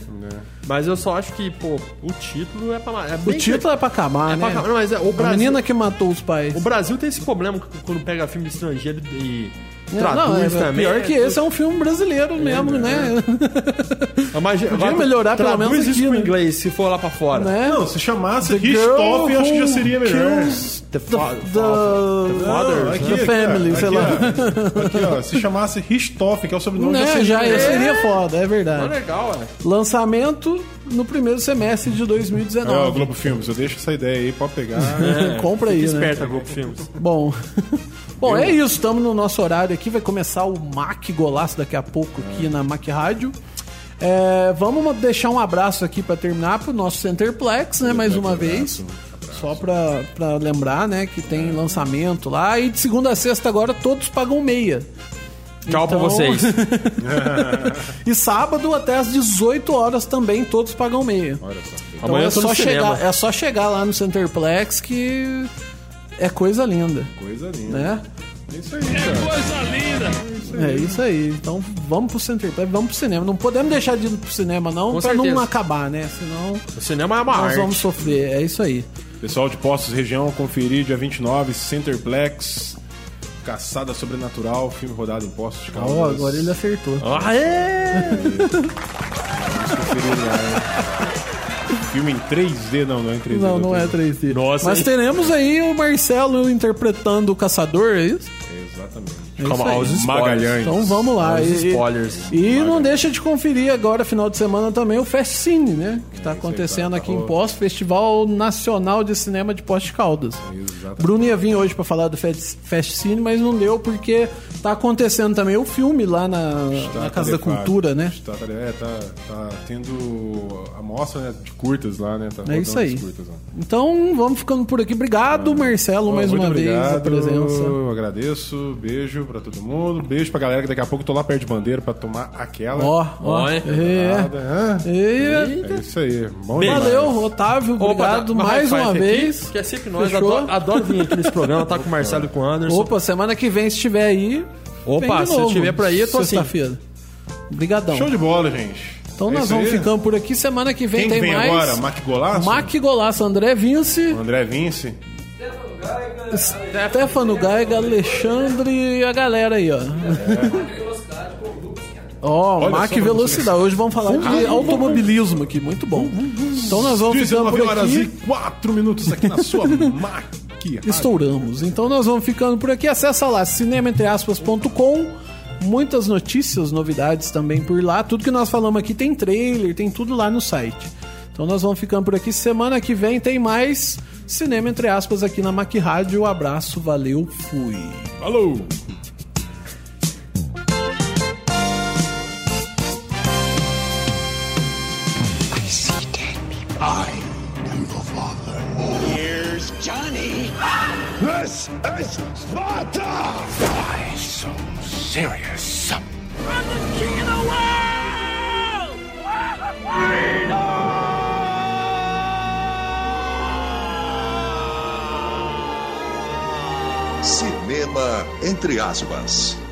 Speaker 6: Mas eu só acho que, pô, o título é pra. É
Speaker 4: O
Speaker 6: bem-
Speaker 4: título é pra
Speaker 6: é
Speaker 4: acabar,
Speaker 6: pra
Speaker 4: né?
Speaker 6: acabar. Não, mas é, o
Speaker 4: A
Speaker 6: Brasil.
Speaker 4: menina que matou os pais.
Speaker 6: O Brasil tem esse problema quando pega filme estrangeiro e
Speaker 4: É,
Speaker 6: traduz
Speaker 4: não, é,
Speaker 6: também.
Speaker 4: pior que esse é um filme brasileiro
Speaker 6: é.
Speaker 4: mesmo, né?
Speaker 6: Mas, vai-
Speaker 4: melhorar pelo
Speaker 6: traduz
Speaker 4: menos
Speaker 6: isso
Speaker 4: aqui,
Speaker 6: pro
Speaker 4: né?
Speaker 6: inglês se for lá pra fora.
Speaker 4: Né?
Speaker 5: Não, se chamasse
Speaker 4: The girl
Speaker 5: Richthofen, acho que já
Speaker 4: who
Speaker 5: seria melhor.
Speaker 4: kills
Speaker 6: The fa-
Speaker 4: the-
Speaker 6: the father.
Speaker 5: né? Aqui,
Speaker 4: The Family, sei lá.
Speaker 5: ó. Aqui, ó, se chamasse Richthofen, que é o sobrenome
Speaker 4: Né,
Speaker 5: seria
Speaker 4: já
Speaker 5: melhor.
Speaker 4: seria foda, é
Speaker 6: Tá
Speaker 4: verdade.
Speaker 6: legal, é.
Speaker 4: Lançamento no primeiro semestre de
Speaker 5: É, ó,
Speaker 4: 2019. É.
Speaker 5: Globo Filmes, eu deixo essa ideia aí, pode pegar.
Speaker 4: Compra aí,
Speaker 6: Fica
Speaker 4: né?
Speaker 8: Então,
Speaker 6: esperta, Globo Filmes.
Speaker 4: Bom, Bom, é isso. Estamos no nosso horário aqui. Vai começar o Mac Golaço daqui a pouco aqui na Mac Rádio. É, vamos ma- deixar um abraço aqui para terminar pro nosso Centerplex, né? Mais uma vez. Só pra, pra lembrar, né? Que tem lançamento lá. E de segunda a sexta agora todos pagam meia.
Speaker 8: Tchau pra
Speaker 4: Então-
Speaker 8: vocês.
Speaker 4: E sábado até às 18 horas também todos pagam meia. Então
Speaker 8: Amanhã
Speaker 4: é
Speaker 8: eu tô
Speaker 4: só
Speaker 8: no cinema.
Speaker 4: chegar, é só chegar lá no Centerplex que é coisa linda,
Speaker 1: Coisa linda.
Speaker 4: né?
Speaker 1: É isso aí, cara.
Speaker 2: Coisa linda!
Speaker 4: É isso aí. Então vamos pro Centerplex, vamos pro cinema. Não podemos deixar de ir pro cinema não,
Speaker 8: Com
Speaker 4: pra não
Speaker 8: certeza.
Speaker 4: acabar, né? Senão
Speaker 8: O cinema é uma
Speaker 4: nós
Speaker 8: arte.
Speaker 4: vamos sofrer. É isso aí.
Speaker 5: Pessoal de Postos Região, conferir dia 29, Centerplex, Caçada Sobrenatural, filme rodado em Postos de
Speaker 8: Tá
Speaker 5: Caldas.
Speaker 4: Ó, agora ele é acertou.
Speaker 5: Conferir lá, hein? Filme em 3D, não, não é em 3D.
Speaker 4: Não, não é
Speaker 5: doutor.
Speaker 4: 3D.
Speaker 8: Nossa,
Speaker 4: Mas
Speaker 8: hein?
Speaker 4: teremos aí o Marcelo interpretando o caçador, é isso?
Speaker 5: Exatamente.
Speaker 4: É isso
Speaker 8: Calma,
Speaker 4: aí.
Speaker 8: os spoilers.
Speaker 5: Magalhães.
Speaker 4: Então vamos lá.
Speaker 8: Os
Speaker 4: E-
Speaker 8: spoilers.
Speaker 4: E não deixa de conferir agora, final de semana, também o Fast Cine, né? Que tá acontecendo aqui em Poço, Festival Nacional de Cinema de Poço de Caldas. Bruno ia vir hoje pra falar do Fast Fast Cine, mas não deu porque tá acontecendo também o filme lá na, na Casa da
Speaker 5: adequado.
Speaker 4: Cultura, né?
Speaker 5: Está, tá- é, tá, tá tendo a mostra né, de curtas lá, né? Tá
Speaker 4: É
Speaker 5: rodando
Speaker 4: isso aí.
Speaker 5: as Curtas, né?
Speaker 4: Então vamos ficando por aqui. Obrigado, Marcelo, mais
Speaker 5: Muito
Speaker 4: uma vez a
Speaker 5: obrigado,
Speaker 4: presença.
Speaker 5: Eu agradeço, beijo pra todo mundo, beijo pra galera que daqui a pouco eu tô lá perto de bandeira pra tomar aquela.
Speaker 4: Ó, ó.
Speaker 8: Ó,
Speaker 4: É.
Speaker 8: hein?
Speaker 5: Nada, hã?
Speaker 4: E-
Speaker 5: É isso aí. Bom
Speaker 4: Valeu, Otávio. Obrigado
Speaker 8: tá-
Speaker 4: mais
Speaker 8: Rafael
Speaker 4: uma
Speaker 8: aqui,
Speaker 4: vez.
Speaker 8: Que é sempre nós.
Speaker 4: Fechou?
Speaker 8: Adoro, adoro vir aqui nesse programa, tá com o Marcelo e com o Anderson.
Speaker 4: Opa, semana que vem, se estiver aí.
Speaker 8: Opa,
Speaker 4: vem de
Speaker 8: se eu
Speaker 4: novo.
Speaker 8: tiver por aí, eu tô assim.
Speaker 4: Sexta-feira. Obrigadão.
Speaker 5: Show de bola, gente.
Speaker 4: Então
Speaker 5: É
Speaker 4: nós
Speaker 5: isso
Speaker 4: vamos
Speaker 5: aí.
Speaker 4: ficando por aqui. Semana que vem
Speaker 5: Quem
Speaker 4: tem
Speaker 5: vem
Speaker 4: mais.
Speaker 5: agora? Mac Golaço?
Speaker 4: Mac Golaço, André Vince,
Speaker 5: André Vince.
Speaker 4: Então Stefano Gaiga, Alexandre e a galera aí, ó. Ó,
Speaker 5: Olha
Speaker 4: Mac
Speaker 5: só, Uhum.
Speaker 4: Velocidade. Hoje vamos falar de automobilismo aqui, muito bom. Então nós vamos ficando
Speaker 5: 19
Speaker 4: por
Speaker 5: horas e
Speaker 4: aqui.
Speaker 5: 4 minutos aqui na sua Mac.
Speaker 4: Estouramos. Então nós vamos ficando por aqui. Acessa lá cinemaentreaspas.com. Muitas notícias, novidades também por lá. Tudo que nós falamos aqui tem trailer, tem tudo lá no site. Então nós vamos ficando por aqui. Semana que vem tem mais Cinema Entre Aspas aqui na Mac Rádio. Um abraço, valeu, fui.
Speaker 5: Falou!
Speaker 2: Here's Johnny!
Speaker 3: This is Sparta!
Speaker 2: Why so serious? I'm the king of the world!
Speaker 3: Cinema entre aspas.